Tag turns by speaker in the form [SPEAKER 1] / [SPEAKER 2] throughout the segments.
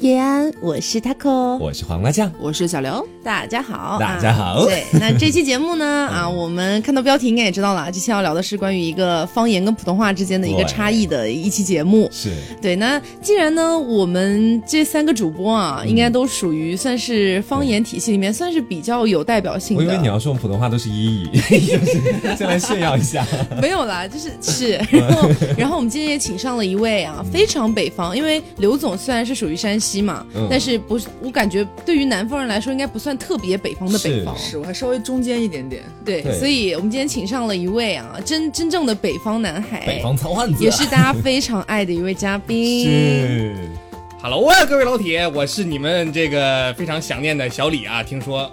[SPEAKER 1] 叶安，我是 Taco，
[SPEAKER 2] 我是黄瓜酱，
[SPEAKER 3] 我是小刘，
[SPEAKER 1] 大家好，
[SPEAKER 2] 大家好
[SPEAKER 1] 啊对，那这期节目呢，啊， 我们看到标题应该也知道了，这期要聊的是关于一个方言跟普通话之间的一个
[SPEAKER 2] 对
[SPEAKER 1] 差异的一期节目。
[SPEAKER 2] 是
[SPEAKER 1] 对，那既然呢，我们这三个主播
[SPEAKER 2] 嗯
[SPEAKER 1] 啊，应该都属于算是方言体系里面算是比较有代表性
[SPEAKER 2] 我以为你
[SPEAKER 1] 的。
[SPEAKER 2] 要说我们普通话都是一 语，就是先来炫耀一 下。
[SPEAKER 1] 没有啦，就是是，然后 然后我们今天也请上了一位啊，非常北方，因为刘总虽然是属于山西嘛，
[SPEAKER 2] 嗯
[SPEAKER 1] 但是不是我感觉对于南方人来说，应该不算特别北方的北
[SPEAKER 2] 是
[SPEAKER 1] 方。
[SPEAKER 3] 是我还稍微中间一点点，
[SPEAKER 1] 对，
[SPEAKER 2] 对
[SPEAKER 1] 所以我们今天请上了一位啊，真真正的北方男孩，
[SPEAKER 2] 北方糙汉子
[SPEAKER 1] 哎
[SPEAKER 2] 啊
[SPEAKER 1] 也是大家非常爱的一位嘉宾。
[SPEAKER 2] 是
[SPEAKER 4] Hello 啊，各位老铁，我是你们这个非常想念的小李啊。听说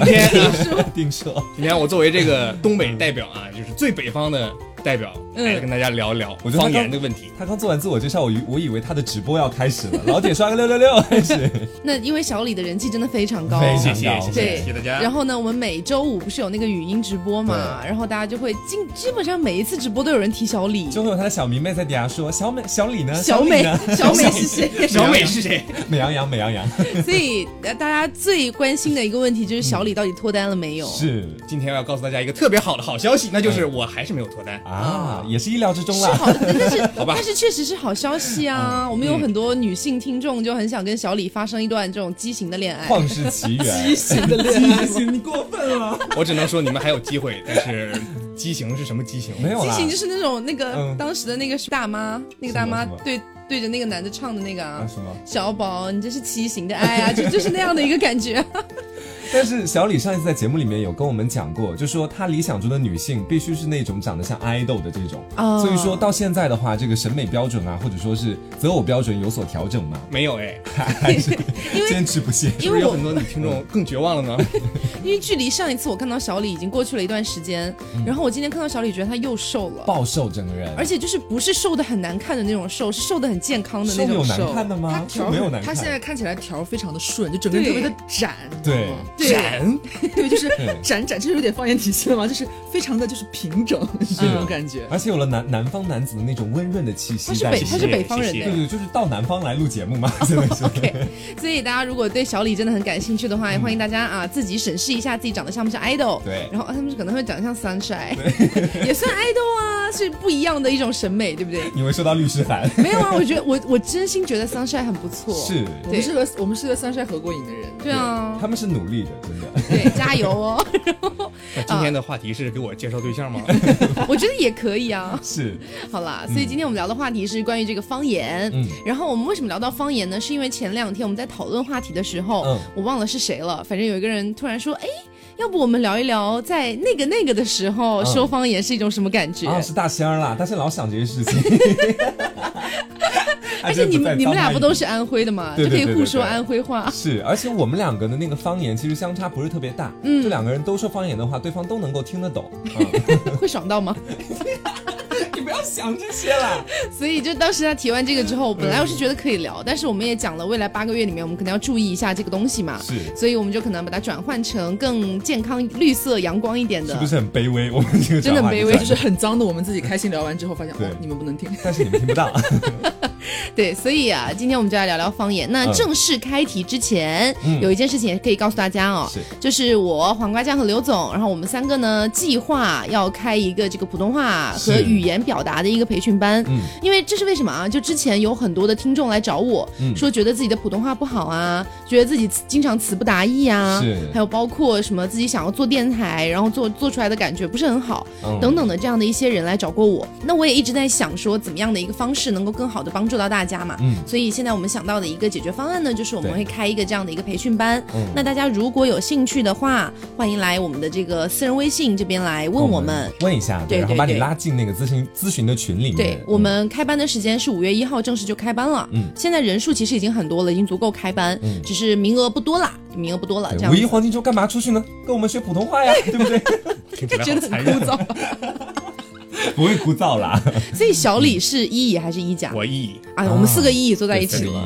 [SPEAKER 4] 天、啊、
[SPEAKER 2] 定说，
[SPEAKER 4] 今天我作为这个东北代表啊，就是最北方的代表，
[SPEAKER 1] 嗯
[SPEAKER 4] 来跟大家聊一聊
[SPEAKER 2] 我觉得他
[SPEAKER 4] 方言
[SPEAKER 2] 刚
[SPEAKER 4] 的问题。
[SPEAKER 2] 他刚做完自我介绍，我以我以为他的直播要开始了，老铁刷个六 六六开始。
[SPEAKER 1] 那因为小李的人气真的非常高，
[SPEAKER 2] 非
[SPEAKER 4] 谢
[SPEAKER 2] 常
[SPEAKER 4] 谢谢谢
[SPEAKER 1] 对
[SPEAKER 4] 谢谢大
[SPEAKER 1] 然
[SPEAKER 4] 家。
[SPEAKER 1] 后呢，我们每周五不是有那个语音直播嘛，然后大家就会基基本上每一次直播都有人提小李，
[SPEAKER 2] 就会有他的小迷妹在底下说：“小美，小李呢？
[SPEAKER 1] 小
[SPEAKER 2] 李
[SPEAKER 1] 美
[SPEAKER 2] 呢？，
[SPEAKER 1] 小美是谁？
[SPEAKER 4] 小美是谁？
[SPEAKER 2] 美羊羊，美羊羊。
[SPEAKER 1] 所以呃大家最关心的一个问题就是小李到底脱单了没有？”
[SPEAKER 2] 是
[SPEAKER 4] 今天我要告诉大家一个特别好的好消息，那就是
[SPEAKER 2] 嗯
[SPEAKER 4] 我还是没有脱 单。
[SPEAKER 2] 啊，也是意料之中
[SPEAKER 1] 哦是
[SPEAKER 2] 啦。
[SPEAKER 1] 好的，但 是
[SPEAKER 4] 好吧
[SPEAKER 1] 但是确实是好消息
[SPEAKER 2] 嗯
[SPEAKER 1] 啊！我们有很多女性听众就很想跟小李发生一段这种畸形的恋爱。
[SPEAKER 2] 旷世 奇缘，
[SPEAKER 1] 形的恋 爱，
[SPEAKER 2] 你过分了。
[SPEAKER 4] 我只能说你们还有机会，但是畸形是什么畸形？
[SPEAKER 2] 没有
[SPEAKER 1] 畸
[SPEAKER 2] 啦，
[SPEAKER 1] 形就是那种那个
[SPEAKER 2] 嗯
[SPEAKER 1] 当时的那个大妈，那个大妈
[SPEAKER 2] 什么什么
[SPEAKER 1] 对对着那个男的唱的那个
[SPEAKER 2] 啊
[SPEAKER 1] 啊，
[SPEAKER 2] 什么？
[SPEAKER 1] 小宝，你这是畸形的爱 啊，就就是那样的一个感觉。
[SPEAKER 2] 但是小李上一次在节目里面有跟我们讲过，就说他理想中的女性必须是那种长得像爱豆的这种，
[SPEAKER 1] 哦
[SPEAKER 2] 所以说到现在的话，这个审美标准啊，或者说是择偶标准有所调整嘛，
[SPEAKER 4] 没有哎，
[SPEAKER 2] 还是坚持不懈。
[SPEAKER 4] 是
[SPEAKER 1] 因
[SPEAKER 4] 不是
[SPEAKER 1] 为
[SPEAKER 4] 有
[SPEAKER 1] 我
[SPEAKER 4] 很多女听众更绝望了呢？
[SPEAKER 1] 因为距离上一次我看到小李已经过去了一段时间，
[SPEAKER 2] 嗯
[SPEAKER 1] 然后我今天看到小李，觉得他又瘦了，
[SPEAKER 2] 暴瘦整个人，
[SPEAKER 1] 而且就是不是瘦的很难看的那种瘦，是瘦的很健康的
[SPEAKER 2] 瘦
[SPEAKER 1] 那
[SPEAKER 2] 有
[SPEAKER 1] 种
[SPEAKER 2] 难
[SPEAKER 1] 瘦。
[SPEAKER 2] 看的吗？
[SPEAKER 3] 条
[SPEAKER 2] 瘦没有难看。
[SPEAKER 3] 他现在看起来条非常的顺，就整个人特别的展，
[SPEAKER 2] 对
[SPEAKER 3] 嗯
[SPEAKER 1] 对
[SPEAKER 4] 闪，
[SPEAKER 2] 啊
[SPEAKER 3] 对，就是
[SPEAKER 2] 对
[SPEAKER 3] 展展，这有点方言体系了嘛，就是非常的就是平整这种感觉。
[SPEAKER 2] 而且有了南南方男子的那种温润的气息
[SPEAKER 1] 他是
[SPEAKER 2] 在
[SPEAKER 1] 北
[SPEAKER 2] 里
[SPEAKER 1] 他
[SPEAKER 2] 面，
[SPEAKER 1] 是北方人
[SPEAKER 4] 谢
[SPEAKER 1] 呢、
[SPEAKER 4] 谢
[SPEAKER 2] 对对，就是到南方来录节目嘛，真的是。
[SPEAKER 1] OK，所以大家如果对小李真的很感兴趣的话，也欢迎大家啊自己审视一下自己长得像不像 idol。
[SPEAKER 2] 嗯对
[SPEAKER 1] 然后啊他们可能会长得像 sunshine，也 算 idol 啊，是不一样的一种审美，对不 对？
[SPEAKER 2] 你会收到律师 函，
[SPEAKER 1] 没有啊，我觉得我我真心觉得 sunshine 很不错。，
[SPEAKER 2] 是，
[SPEAKER 3] 我们是和我们是和三帅合过影的人，
[SPEAKER 1] 对啊，
[SPEAKER 2] 他们是努力的，真的。
[SPEAKER 1] 对，加油哦！
[SPEAKER 4] 那今天的话题是给我介绍对象吗？
[SPEAKER 1] 我觉得也可以啊。
[SPEAKER 2] 是，
[SPEAKER 1] 好啦，所以今天我们聊的话题是关于这个方言。
[SPEAKER 2] 嗯
[SPEAKER 1] 然后我们为什么聊到方言呢？是因为前两天我们在讨论话题的时候，
[SPEAKER 2] 嗯
[SPEAKER 1] 我忘了是谁了，反正有一个人突然说：“哎，要不我们聊一聊在那个那个的时候、
[SPEAKER 2] 嗯
[SPEAKER 1] 说方言是一种什么感觉？”
[SPEAKER 2] 啊，是大仙儿啦， 大仙老想这些事情。
[SPEAKER 1] 而且你
[SPEAKER 2] 哎
[SPEAKER 1] 们你们俩不都？
[SPEAKER 2] 这
[SPEAKER 1] 是安徽的吗？
[SPEAKER 2] 对对
[SPEAKER 1] 就可以互说
[SPEAKER 2] 对对对
[SPEAKER 1] 安徽话
[SPEAKER 2] 不在脏话里。是，而且我们两个的那个方言其实相差不是特别大，
[SPEAKER 1] 嗯
[SPEAKER 2] 就两个人都说方言的话，对方都能够听 得懂。
[SPEAKER 1] 会爽到吗？
[SPEAKER 2] 你不要想这些啦，
[SPEAKER 1] 所以就当时他提完这个之后，本来我是觉得可以聊，但是我们也讲了，未来八个月里面我们可能要注意一下这个东西嘛。
[SPEAKER 2] 是
[SPEAKER 1] 所以我们就可能把它转换成更健康、绿色、阳光一点的。
[SPEAKER 2] 是不是很卑微？我们这个
[SPEAKER 1] 真的
[SPEAKER 2] 转换就
[SPEAKER 1] 卑微
[SPEAKER 2] 在
[SPEAKER 3] 就是很脏的。我们自己开心聊完之后，发现
[SPEAKER 2] 对
[SPEAKER 3] 哦，你们不能听。
[SPEAKER 2] 但是你们听 不到。
[SPEAKER 1] 对，所以啊，今天我们就来聊聊方言。那
[SPEAKER 2] 嗯
[SPEAKER 1] 正式开题之前，
[SPEAKER 2] 嗯
[SPEAKER 1] 有一件事情也可以告诉大家哦，
[SPEAKER 2] 是
[SPEAKER 1] 就是我黄瓜酱和刘总，然后我们三个呢计划要开一个这个普通话和
[SPEAKER 2] 是
[SPEAKER 1] 语言表达的一个培训班。
[SPEAKER 2] 嗯
[SPEAKER 1] 因为这是为什么啊？就之前有很多的听众来找我、
[SPEAKER 2] 嗯
[SPEAKER 1] 说，觉得自己的普通话不好啊，觉得自己经常词不达意啊
[SPEAKER 2] 是，
[SPEAKER 1] 还有包括什么自己想要做电台，然后做做出来的感觉不是很好。
[SPEAKER 2] 嗯
[SPEAKER 1] 等等的这样的一些人来找过我，那我也一直在想说，怎么样的一个方式能够更好的帮助到大家嘛。
[SPEAKER 2] 嗯
[SPEAKER 1] 所以现在我们想到的一个解决方案呢，就是我们
[SPEAKER 2] 对
[SPEAKER 1] 会开一个这样的一个培训班。
[SPEAKER 2] 嗯
[SPEAKER 1] 那大家如果有兴趣的话，欢迎来我们的这个私人微信这边来问我们。
[SPEAKER 2] 问一下，
[SPEAKER 1] 对
[SPEAKER 2] 然后
[SPEAKER 1] 对
[SPEAKER 2] 把你
[SPEAKER 1] 对
[SPEAKER 2] 拉进那个咨询咨询的群里面。
[SPEAKER 1] 对
[SPEAKER 2] 嗯
[SPEAKER 1] 我们开班的时间是五月一号正式就开班了，
[SPEAKER 2] 嗯
[SPEAKER 1] 现在人数其实已经很多了，已经足够开班，
[SPEAKER 2] 嗯
[SPEAKER 1] 只是名额不多啦，名额不多了，这
[SPEAKER 2] 对
[SPEAKER 1] 样
[SPEAKER 2] 嗯五
[SPEAKER 1] 子
[SPEAKER 2] 一黄金周干嘛出去呢？跟我们学普通话呀，对 不对？
[SPEAKER 4] 听起来
[SPEAKER 1] 觉
[SPEAKER 4] 好
[SPEAKER 1] 得很
[SPEAKER 4] 残
[SPEAKER 1] 枯
[SPEAKER 4] 忍。
[SPEAKER 1] 燥。
[SPEAKER 2] 不会枯燥啦。
[SPEAKER 1] 所以小李是一乙还是一甲？
[SPEAKER 4] 我一
[SPEAKER 1] 哎，我们四个一乙坐在一起
[SPEAKER 2] 啊对
[SPEAKER 1] 了，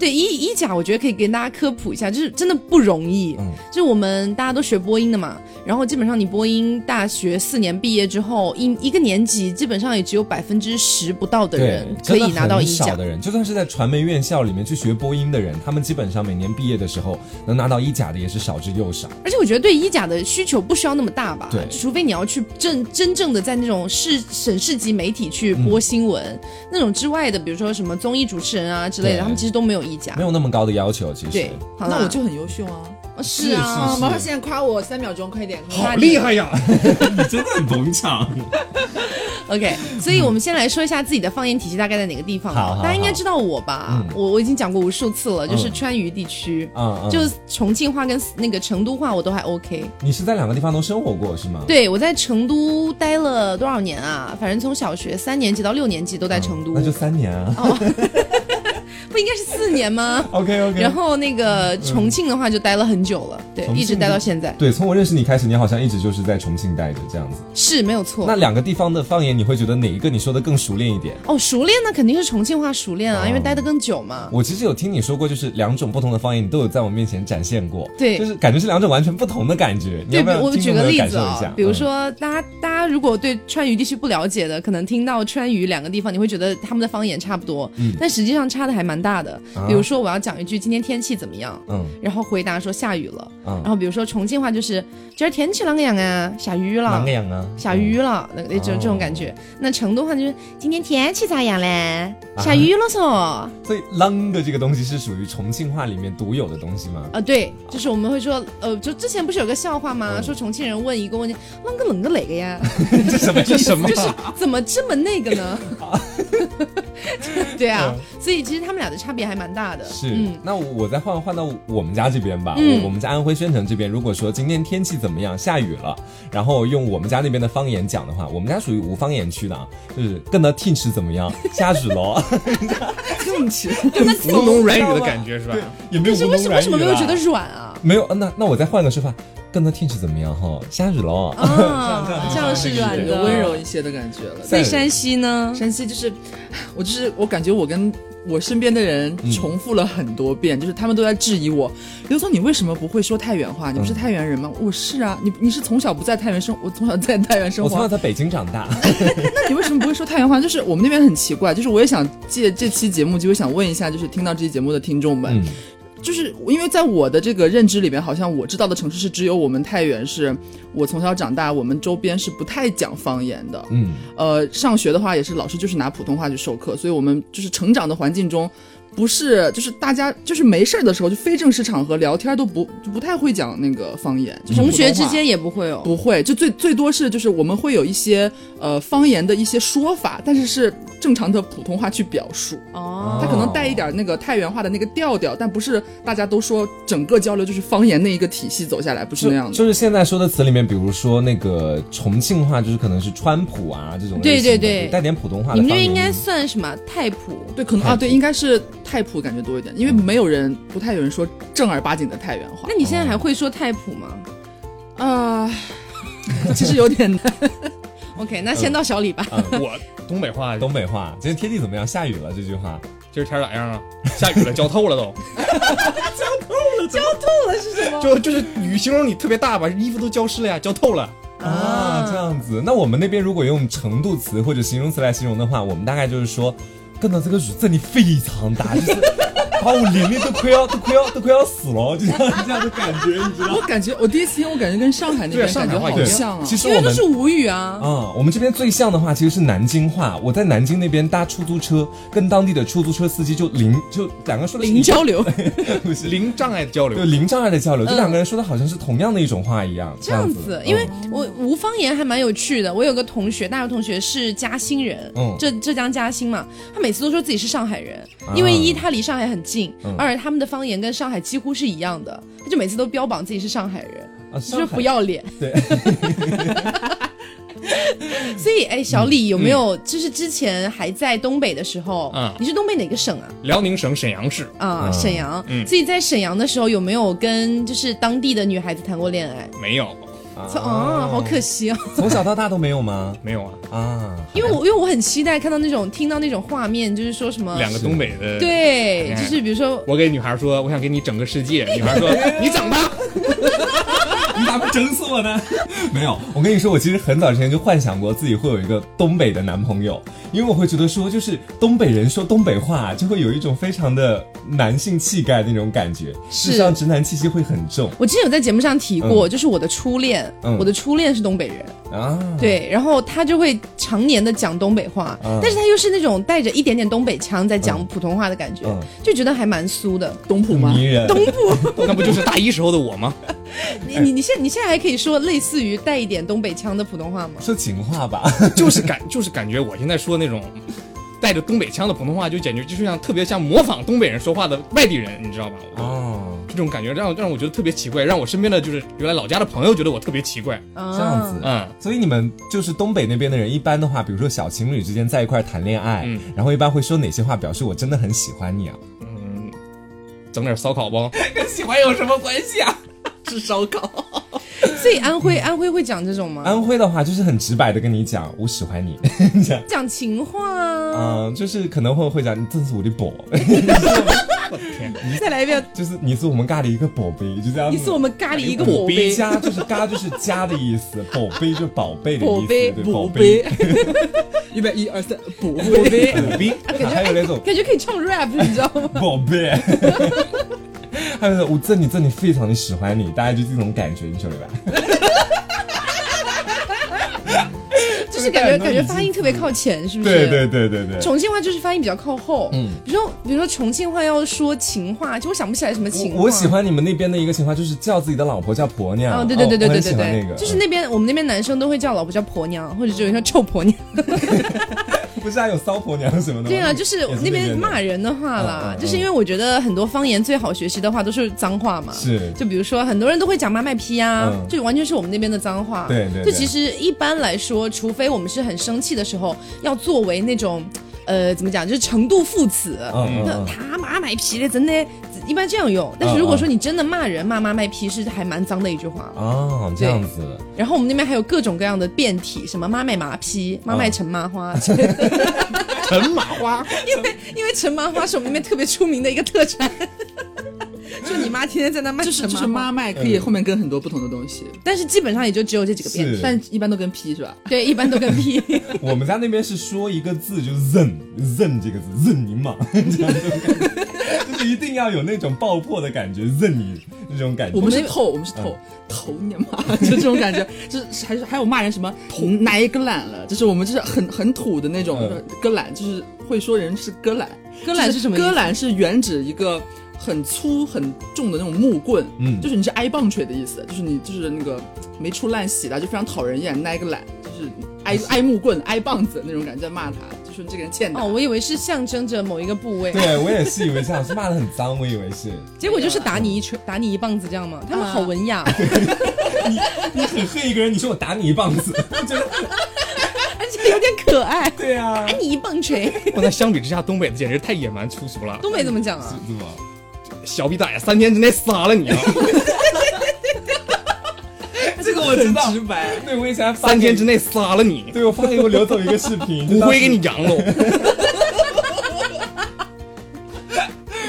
[SPEAKER 1] 对一一甲，我觉得可以给大家科普一下，就是真的不容易。
[SPEAKER 2] 嗯
[SPEAKER 1] 就是我们大家都学播音的嘛，然后基本上你播音大学四年毕业之后，一一个年级基本上也只有百分之十不到的
[SPEAKER 2] 对
[SPEAKER 1] 人，可
[SPEAKER 2] 真的
[SPEAKER 1] 以拿到
[SPEAKER 2] 很
[SPEAKER 1] 一甲
[SPEAKER 2] 少。的人，就算是在传媒院校里面去学播音的人，他们基本上每年毕业的时候能拿到一甲的也是少之又少。
[SPEAKER 1] 而且我觉得对一甲的需求不需要那么大吧，
[SPEAKER 2] 对
[SPEAKER 1] 除非你要去真真正的在那种市省市级媒体
[SPEAKER 2] 嗯
[SPEAKER 1] 去播新闻、那种之外的，比如说什么综艺主持人啊之类的，
[SPEAKER 2] 对
[SPEAKER 1] 他们其实都没有一甲
[SPEAKER 2] 没。有那么高的要求，其实。
[SPEAKER 1] 对，好啦
[SPEAKER 3] 那我就很优秀啊！
[SPEAKER 1] 哦是啊，
[SPEAKER 3] 啊，麻烦现在夸我三秒钟，快点！
[SPEAKER 1] 好
[SPEAKER 4] 好厉害呀！
[SPEAKER 2] 你真的很捧场。
[SPEAKER 1] OK，所以我们先来说一下自己的方言体系大概在哪个地方吧。
[SPEAKER 2] 嗯好好好
[SPEAKER 1] 大家应该知道我吧？
[SPEAKER 2] 嗯
[SPEAKER 1] 我我已经讲过无数次了，就是
[SPEAKER 2] 嗯
[SPEAKER 1] 川渝地区，
[SPEAKER 2] 嗯嗯，
[SPEAKER 1] 就
[SPEAKER 2] 就是
[SPEAKER 1] 重庆话跟那个成都话我都还 OK。
[SPEAKER 2] 你是在两个地方都生活过是吗？
[SPEAKER 1] 对我在成都待了多少年啊？反正从小学三年级到六年级都在
[SPEAKER 2] 嗯，
[SPEAKER 1] 成都，
[SPEAKER 2] 那就三年啊。
[SPEAKER 1] 不应该是四年 吗？
[SPEAKER 2] OK OK。
[SPEAKER 1] 然后那个重庆的话就待了很久了，对，
[SPEAKER 2] 嗯重庆
[SPEAKER 1] 一直待到现在，
[SPEAKER 2] 对，从我认识你开始，你好像一直就是在重庆待着这样子。
[SPEAKER 1] 是没有错
[SPEAKER 2] 那。两个地方的方言，你会觉得哪一个你说的更熟练一点？
[SPEAKER 1] 哦，熟练呢肯定是重庆话熟练啊，
[SPEAKER 2] 哦
[SPEAKER 1] 因为待得更久嘛。
[SPEAKER 2] 我其实有听你说过，就是两种不同的方言，你都有在我面前展现过。
[SPEAKER 1] 对
[SPEAKER 2] 就是感觉是两种完全不同的感觉。你
[SPEAKER 1] 对，
[SPEAKER 2] 要不
[SPEAKER 1] 比
[SPEAKER 2] 要
[SPEAKER 1] 我
[SPEAKER 2] 听
[SPEAKER 1] 举
[SPEAKER 2] 众
[SPEAKER 1] 个
[SPEAKER 2] 朋友
[SPEAKER 1] 例
[SPEAKER 2] 感
[SPEAKER 1] 子
[SPEAKER 2] 受一
[SPEAKER 1] 啊、
[SPEAKER 2] 下？
[SPEAKER 1] 比如
[SPEAKER 2] 嗯
[SPEAKER 1] 说大家大家如果对川渝地区不了解的，可能听到川渝两个地方，你会觉得他们的方言差不多，
[SPEAKER 2] 嗯
[SPEAKER 1] 但实际上差的还蛮大的。
[SPEAKER 2] 啊
[SPEAKER 1] 比如说我要讲一句今天天气怎么样，
[SPEAKER 2] 嗯
[SPEAKER 1] 然后回答说下雨了，
[SPEAKER 2] 嗯
[SPEAKER 1] 然，后比如说重庆话就是今儿天气啷个样啊，下雨了
[SPEAKER 2] 哪。个样啊？
[SPEAKER 1] 下雨了，那那就
[SPEAKER 2] 哦
[SPEAKER 1] 这种感觉。那成都话就是今天天气咋样嘞？
[SPEAKER 2] 啊
[SPEAKER 1] 下雨了 嗦。
[SPEAKER 2] 嗯。所以 “lang” 这个东西是属于重庆话里面独有的东西吗？
[SPEAKER 1] 啊，对，就是我们会说，呃，就之前不是有个笑话吗？
[SPEAKER 2] 嗯
[SPEAKER 1] 说重庆人问一个问题，啷个啷个哪个呀？
[SPEAKER 2] 这什么？这什 么？
[SPEAKER 1] 就是怎么这么那个呢？对啊，所以其实他们俩的差别还蛮大的。
[SPEAKER 2] 是，
[SPEAKER 1] 嗯，
[SPEAKER 2] 那我再换换到我们家这边吧。
[SPEAKER 1] 嗯
[SPEAKER 2] 我我们家安徽宣城这边，如果说今天天气怎么样，下雨了，然后用我们家那边的方言讲的话，我们家属于无方言区的，啊，就是跟到天气怎么样，下雨了，
[SPEAKER 3] 更 吃。
[SPEAKER 4] 吴侬软语的感觉是吧？
[SPEAKER 2] 也没
[SPEAKER 1] 但
[SPEAKER 2] 有
[SPEAKER 1] 是
[SPEAKER 2] 无
[SPEAKER 1] 为
[SPEAKER 2] 能
[SPEAKER 1] 什
[SPEAKER 2] 为
[SPEAKER 1] 为什么没有觉得软啊？
[SPEAKER 2] 没有？呃那那我再换个说法，跟到天气怎么样哈，下雨了。
[SPEAKER 1] 啊，这样是软
[SPEAKER 3] 对
[SPEAKER 1] 的，
[SPEAKER 3] 温。柔一些的感觉了。
[SPEAKER 1] 所以山西呢？
[SPEAKER 3] 山西就是，我就是我感觉我跟我身边的人
[SPEAKER 2] 嗯
[SPEAKER 3] 重复了很多遍，就是他们都在质疑我，刘总你为什么不会说太原话？你不
[SPEAKER 2] 嗯
[SPEAKER 3] 是太原人吗？我是啊，你你是从小不在太原生，我从小在太原生
[SPEAKER 2] 我从小
[SPEAKER 3] 活，
[SPEAKER 2] 在北京长大，
[SPEAKER 3] 那你为什么不会说太原话？就是我们那边很奇怪，就是我也想借这期节目，就我想问一下，就是听到这期节目的听众们，
[SPEAKER 2] 嗯，
[SPEAKER 3] 就是因为在我的这个认知里边，好像我知道的城市是只有我们太原是，我从小长大，我们周边是不太讲方言的。
[SPEAKER 2] 嗯，
[SPEAKER 3] 呃，上学的话也是老师就是拿普通话去授课，所以我们就是成长的环境中，不是就是大家就是没事儿的时候，就非正式场合聊天都不就不太会讲那个方言，就是
[SPEAKER 1] 同
[SPEAKER 3] 普通话
[SPEAKER 1] 学之间也不会哦。
[SPEAKER 3] 嗯 不会，就最最多是就是我们会有一些呃方言的一些说法，但是是正常的普通话去表述。
[SPEAKER 1] 哦，
[SPEAKER 3] 它可能带一点那个太原话的那个调调，但不是大家都说整个交流就是方言那一个体系走下来，不是那样
[SPEAKER 2] 就
[SPEAKER 3] 的。
[SPEAKER 2] 就是现在说的词里面，比如说那个重庆话，就是可能是川普啊这种类
[SPEAKER 1] 对
[SPEAKER 2] 型
[SPEAKER 1] 对
[SPEAKER 2] 的，
[SPEAKER 1] 对
[SPEAKER 2] 就带点普通话
[SPEAKER 1] 你
[SPEAKER 2] 的
[SPEAKER 1] 们
[SPEAKER 2] 方
[SPEAKER 1] 这
[SPEAKER 2] 言。
[SPEAKER 1] 应该算什么太普？
[SPEAKER 3] 对，可能
[SPEAKER 2] 太
[SPEAKER 3] 啊，
[SPEAKER 2] 普
[SPEAKER 3] 对，应该是太普感觉多一点，因为
[SPEAKER 2] 嗯
[SPEAKER 3] 没有人，不太有人说正儿八经的太原话
[SPEAKER 1] 那。你现在还会说太普吗
[SPEAKER 3] 啊、 其实有 点难。
[SPEAKER 1] ？OK，那先到小李吧。
[SPEAKER 4] 啊我东北 话
[SPEAKER 2] 东北话，今天天气怎么样？下雨了这句话，
[SPEAKER 4] 今儿天儿咋样啊？下雨了，浇透了都。浇透了，浇透了是什么？就就是雨形容你特别大吧，衣服都浇湿了呀，浇透了。
[SPEAKER 2] 啊，这样子。那我们那边如果用程度词或者形容词来形容的话，我们大概就是说，看到这个雨真的非常 大，就是把我淋的都快要都快要都快要死了，就这样这样的感觉，你知道吗？
[SPEAKER 3] 我感觉我第一次听，我感觉跟上海那边
[SPEAKER 4] 对上
[SPEAKER 3] 感
[SPEAKER 4] 海
[SPEAKER 3] 觉
[SPEAKER 4] 话
[SPEAKER 3] 好
[SPEAKER 4] 也是
[SPEAKER 3] 像啊
[SPEAKER 2] 其。实
[SPEAKER 1] 因为
[SPEAKER 2] 我
[SPEAKER 1] 都
[SPEAKER 2] 们
[SPEAKER 1] 是吴语啊。
[SPEAKER 2] 啊、我们这边最像的话其实是南京话。我在南京那边搭出租车，跟当地的出租车司机就零就两个说的是一
[SPEAKER 3] 零交流，
[SPEAKER 2] 不是
[SPEAKER 4] 零障碍交
[SPEAKER 2] 就
[SPEAKER 4] 流，
[SPEAKER 2] 零障碍的交流，这
[SPEAKER 1] 嗯
[SPEAKER 2] 两个人说的好像是同样的一种话一样。
[SPEAKER 1] 这样子
[SPEAKER 2] 子，，
[SPEAKER 1] 因为
[SPEAKER 2] 嗯
[SPEAKER 1] 我无方言还蛮有趣的。我有个同学，大学同学是嘉兴人，
[SPEAKER 2] 嗯
[SPEAKER 1] 浙浙江嘉兴嘛，他每次都说自己是上海人，
[SPEAKER 2] 啊
[SPEAKER 1] 因为一他离上海很近
[SPEAKER 2] 嗯，
[SPEAKER 1] 二他们的方言跟上海几乎是一样的，他就每次都标榜自己是上海人，
[SPEAKER 2] 啊，
[SPEAKER 1] 就
[SPEAKER 2] 上
[SPEAKER 1] 是
[SPEAKER 2] 海
[SPEAKER 1] 不要 脸。
[SPEAKER 2] 对。
[SPEAKER 1] 所以，哎，小
[SPEAKER 2] 嗯
[SPEAKER 1] 李有没有就是之前还在东北的时候
[SPEAKER 4] 嗯，
[SPEAKER 1] 你是东北哪个省啊？
[SPEAKER 4] 辽宁省沈阳市
[SPEAKER 1] 啊，
[SPEAKER 2] 嗯
[SPEAKER 1] 沈阳。
[SPEAKER 4] 嗯
[SPEAKER 1] 所以在沈阳的时候，有没有跟就是当地的女孩子谈过恋爱？
[SPEAKER 4] 没有。
[SPEAKER 2] 哦
[SPEAKER 1] 操啊，好可惜啊！
[SPEAKER 2] 从小到大都没有吗？
[SPEAKER 4] 没有啊，
[SPEAKER 2] 啊，
[SPEAKER 1] 因为我因为我很期待看到那种听到那种画面，就是说什么
[SPEAKER 4] 两个东北的。，
[SPEAKER 1] 啊对，
[SPEAKER 4] 哎
[SPEAKER 1] 就是比如说
[SPEAKER 4] 我给女孩说，我想给你整个世界。女孩说，你整吧。
[SPEAKER 2] 你咋不整死我呢？没有，我跟你说，我其实很早之前就幻想过自己会有一个东北的男朋友，因为我会觉得说，就是东北人说东北话啊就会有一种非常的男性气概那种感觉，
[SPEAKER 1] 是
[SPEAKER 2] 事实上直男气息会很重
[SPEAKER 1] 我之前有在节目上提过，就是我的初恋，
[SPEAKER 2] 嗯
[SPEAKER 1] 我的初恋是东北人，
[SPEAKER 2] 啊。
[SPEAKER 1] 对，然后他就会常年的讲东北话，
[SPEAKER 2] 嗯
[SPEAKER 1] 但是他又是那种带着一点点东北腔在讲普通话的感觉，
[SPEAKER 2] 嗯
[SPEAKER 1] 就觉得还蛮酥的。
[SPEAKER 3] 东普吗
[SPEAKER 2] 迷？人，
[SPEAKER 1] 东 部，
[SPEAKER 4] 那不就是大一时候的我吗？
[SPEAKER 1] 你你你现你现在还可以说类似于带一点东北腔的普通话吗？
[SPEAKER 2] 说情话吧，
[SPEAKER 4] 就是感 就是感觉我现在说那种带着东北腔的普通话，就简直就是像特别像模仿东北人说话的外地人，你知道吧？
[SPEAKER 1] 啊
[SPEAKER 4] 我
[SPEAKER 2] 哦，
[SPEAKER 4] 这种感觉让让我觉得特别奇怪，让我身边的就是原来老家的朋友觉得我特别奇怪。
[SPEAKER 1] 啊，
[SPEAKER 2] 这样子，
[SPEAKER 4] 嗯，
[SPEAKER 2] 所以你们就是东北那边的人，一般的话，比如说小情侣之间在一块儿谈恋爱，
[SPEAKER 4] 嗯
[SPEAKER 2] 然后一般会说哪些话表示我真的很喜欢你啊？
[SPEAKER 4] 嗯，整点烧烤 不？
[SPEAKER 3] 跟喜欢有什么关系啊？ 吃烧烤。
[SPEAKER 1] 啊所以安徽安徽会讲这种吗？
[SPEAKER 2] 嗯安徽的话就是很直白的跟你讲，我喜欢你， 这样。
[SPEAKER 1] 讲情话啊，
[SPEAKER 2] 嗯，就是可能会会讲，你真是我的宝，
[SPEAKER 1] 再来一遍，
[SPEAKER 2] 就是你是我们家的一个宝贝，就这样子。
[SPEAKER 1] 你是我们咖喱一个
[SPEAKER 4] 宝
[SPEAKER 1] 宝贝，
[SPEAKER 2] 家就是家就是家的意 思，宝贝就是宝贝的
[SPEAKER 3] 宝
[SPEAKER 2] 意思，
[SPEAKER 3] 贝，
[SPEAKER 2] 对
[SPEAKER 3] 宝
[SPEAKER 2] 宝
[SPEAKER 3] 贝。，预备 一二三， 宝贝。
[SPEAKER 2] 宝贝，还有那种
[SPEAKER 1] 感觉可以唱 rap，你知道 吗？
[SPEAKER 2] 宝贝，还有那种我真的真的非常的喜欢你，大概就这种感觉，你晓得吧？
[SPEAKER 1] 就是感觉感觉发音特别靠前，是不是？
[SPEAKER 2] 嗯对对对对对。
[SPEAKER 1] 重庆话就是发音比较靠后，嗯，比如说比如说重庆话要说情话，就我想不起来什么情话。
[SPEAKER 2] 我我喜欢你们那边的一个情况，就是叫自己的老婆叫婆娘。
[SPEAKER 1] 哦，对对对对对
[SPEAKER 2] 我很喜
[SPEAKER 1] 对
[SPEAKER 2] 欢
[SPEAKER 1] 对，
[SPEAKER 2] 那个，
[SPEAKER 1] 就是那边我们那边男生都会叫老婆叫婆娘，或者就有人叫臭 婆娘。
[SPEAKER 2] 不是还有骚婆娘什么的吗？
[SPEAKER 1] 对啊，就是
[SPEAKER 2] 也
[SPEAKER 1] 那
[SPEAKER 2] 边
[SPEAKER 1] 边
[SPEAKER 2] 的
[SPEAKER 1] 骂人的话啦
[SPEAKER 2] 嗯，嗯嗯
[SPEAKER 1] 就是因为我觉得很多方言最好学习的话都是脏话嘛。
[SPEAKER 2] 是
[SPEAKER 1] 就比如说很多人都会讲妈卖批啊，
[SPEAKER 2] 嗯
[SPEAKER 1] 就完全是我们那边的脏话。
[SPEAKER 2] 对对对
[SPEAKER 1] 就其实一般来说，除非我们是很生气的时候，要作为那种。呃，怎么讲？就是程度副词，
[SPEAKER 2] 嗯嗯
[SPEAKER 1] 那
[SPEAKER 2] 嗯
[SPEAKER 1] 他妈卖批的，真的一般这样用。但是如果说你真的骂人，骂妈卖批是还蛮脏的一句话。
[SPEAKER 2] 哦，这样子。
[SPEAKER 1] 然后我们那边还有各种各样的变体，什么妈卖麻批、妈卖陈麻花
[SPEAKER 2] 啊
[SPEAKER 1] 之类的
[SPEAKER 4] 陈马花，
[SPEAKER 1] 因为因为陈麻花是我们那边特别出名的一个特产，就你妈天天在那卖
[SPEAKER 3] 就是
[SPEAKER 1] 陈
[SPEAKER 3] 就
[SPEAKER 1] 麻花，
[SPEAKER 3] 是妈卖可以后面跟很多不同的东西，
[SPEAKER 1] 但是基本上也就只有这几个变
[SPEAKER 2] 是
[SPEAKER 1] 体，
[SPEAKER 3] 但一般都跟 P 是吧？
[SPEAKER 1] 对，一般都跟 P。
[SPEAKER 2] 我们家那边是说一个字就是“认认”这个字，认你妈，这样这种感觉， 就是一定要有那种爆破的感觉，认你那种感觉。
[SPEAKER 3] 我们是透，我们是透， 头你妈，就这种感觉，就是 还是还有骂人什么哪一个懒了，就是我们就是很很土的那种
[SPEAKER 2] 嗯
[SPEAKER 3] 割懒，就是会说人是割懒，
[SPEAKER 1] 割懒是什么意思
[SPEAKER 3] 割懒是原指一个很粗很重的那种木棍，
[SPEAKER 2] 嗯
[SPEAKER 3] 就是你是挨棒槌的意思，就是你就是那个没出烂洗的，就非常讨人厌，挨个懒，就是挨挨木棍、挨棒子那种感觉，在骂他，就说你这个人欠打。
[SPEAKER 1] 哦，我以为是象征着某一个部位，
[SPEAKER 2] 对我也是以为这样，是骂的很脏，我以为是。
[SPEAKER 1] 结果就是打你一锤，打你一棒子这样嘛。他
[SPEAKER 2] 啊
[SPEAKER 1] 们好文雅，哦
[SPEAKER 2] 你很恨一个人，你说我打你一棒子， 我觉得
[SPEAKER 1] 而且有点可爱。
[SPEAKER 2] 对啊
[SPEAKER 1] 打，你一棒槌，
[SPEAKER 4] 我那相比之下，东北的简直太野蛮粗俗了。
[SPEAKER 1] 东北怎么讲啊？
[SPEAKER 2] 是吗？
[SPEAKER 4] 小逼崽子，三天之内杀了你啊！
[SPEAKER 2] 这个我知道
[SPEAKER 3] 很直 白，
[SPEAKER 2] 对，我以前发
[SPEAKER 4] 三天之
[SPEAKER 2] 内，
[SPEAKER 4] 内杀了 你，
[SPEAKER 2] 对我发给我刘总一个视频，
[SPEAKER 4] 骨
[SPEAKER 2] 就当
[SPEAKER 4] 灰
[SPEAKER 2] 时
[SPEAKER 4] 给你扬喽。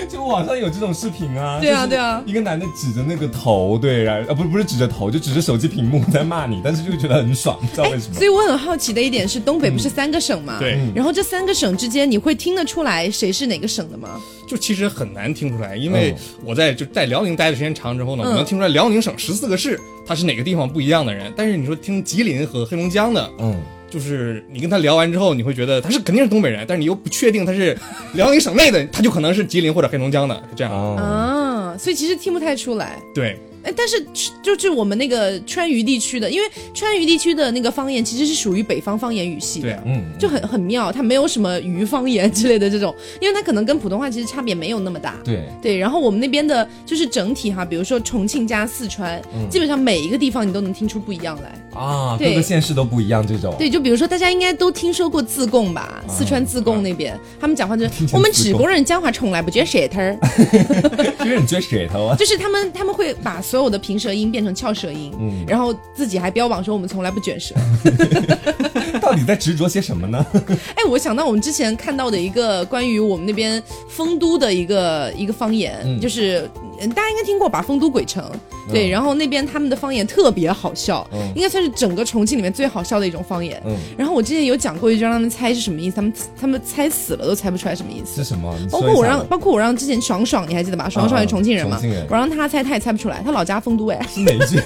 [SPEAKER 2] 就网上有这种视频啊，
[SPEAKER 1] 对啊
[SPEAKER 2] 就是
[SPEAKER 1] 对啊
[SPEAKER 2] 一个男的指着那个头，对，然啊不不是指着头，就指着手机屏幕在骂你，但是就觉得很爽，不知道为什么
[SPEAKER 3] 哎
[SPEAKER 1] 所。以我很好奇的一点是，东北不是三个省嘛？
[SPEAKER 4] 对嗯
[SPEAKER 1] 然后这三个省之间，你会听得出来谁是哪个省的吗？
[SPEAKER 4] 就其实很难听出来，因为
[SPEAKER 2] 嗯
[SPEAKER 4] 我在就在辽宁待的时间长之后呢，
[SPEAKER 1] 嗯
[SPEAKER 4] 我能听出来辽宁省十四个市他是哪个地方不一样的人。但是你说听吉林和黑龙江的，
[SPEAKER 2] 嗯，
[SPEAKER 4] 就是你跟他聊完之后，你会觉得他是肯定是东北人，但是你又不确定他是辽宁省内的， 他就可能是吉林或者黑龙江的，是这样。
[SPEAKER 2] 哦，
[SPEAKER 1] 啊，所以其实听不太出来。
[SPEAKER 4] 对，
[SPEAKER 1] 哎，但是就是我们那个川渝地区的，因为川渝地区的那个方言其实是属于北方方言语系的，
[SPEAKER 4] 对啊
[SPEAKER 2] 嗯，
[SPEAKER 1] 就很很妙，它没有什么渝方言之类的这种，因为它可能跟普通话其实差别没有那么大。
[SPEAKER 2] 对，
[SPEAKER 1] 对，然后我们那边的就是整体哈，比如说重庆加四川，基本上每一个地方你都能听出不一样来。
[SPEAKER 2] 啊，
[SPEAKER 1] 对
[SPEAKER 2] 各个县市都不一样，这种
[SPEAKER 1] 对，就比如说大家应该都听说过自贡吧，四川自贡那边，他们讲话就是
[SPEAKER 2] 啊听起来
[SPEAKER 1] 我们
[SPEAKER 2] 自
[SPEAKER 1] 只
[SPEAKER 2] 贡
[SPEAKER 1] 工人讲话从来不觉舌头儿，
[SPEAKER 2] 就是你撅舌头啊，
[SPEAKER 1] 就是他们他们会把所有的平舌音变成翘舌音，
[SPEAKER 2] 嗯
[SPEAKER 1] 然后自己还标榜说我们从来不卷舌。
[SPEAKER 2] 到底在执着些什么呢？
[SPEAKER 1] 哎，我想到我们之前看到的一个关于我们那边丰都的一个一个方言，
[SPEAKER 2] 嗯
[SPEAKER 1] 就是嗯大家应该听过吧，丰都鬼城。对，
[SPEAKER 2] 嗯
[SPEAKER 1] 然后那边他们的方言特别好笑，
[SPEAKER 2] 嗯
[SPEAKER 1] 应该算是整个重庆里面最好笑的一种方言。
[SPEAKER 2] 嗯，
[SPEAKER 1] 然后我之前有讲过一句，让他们猜是什么意思，他们他们猜死了都猜不出来什么意思。
[SPEAKER 2] 是什么？你
[SPEAKER 1] 包
[SPEAKER 2] 说
[SPEAKER 1] 括
[SPEAKER 2] 一
[SPEAKER 1] 哦我
[SPEAKER 2] 下
[SPEAKER 1] 让
[SPEAKER 2] 吧，
[SPEAKER 1] 包括我让之前爽爽，你还记得吧？爽爽
[SPEAKER 2] 啊
[SPEAKER 1] 是重庆人嘛，
[SPEAKER 2] 重庆人
[SPEAKER 1] 我让他猜，他也猜不出来，他老家丰都哎。
[SPEAKER 2] 是哪一句？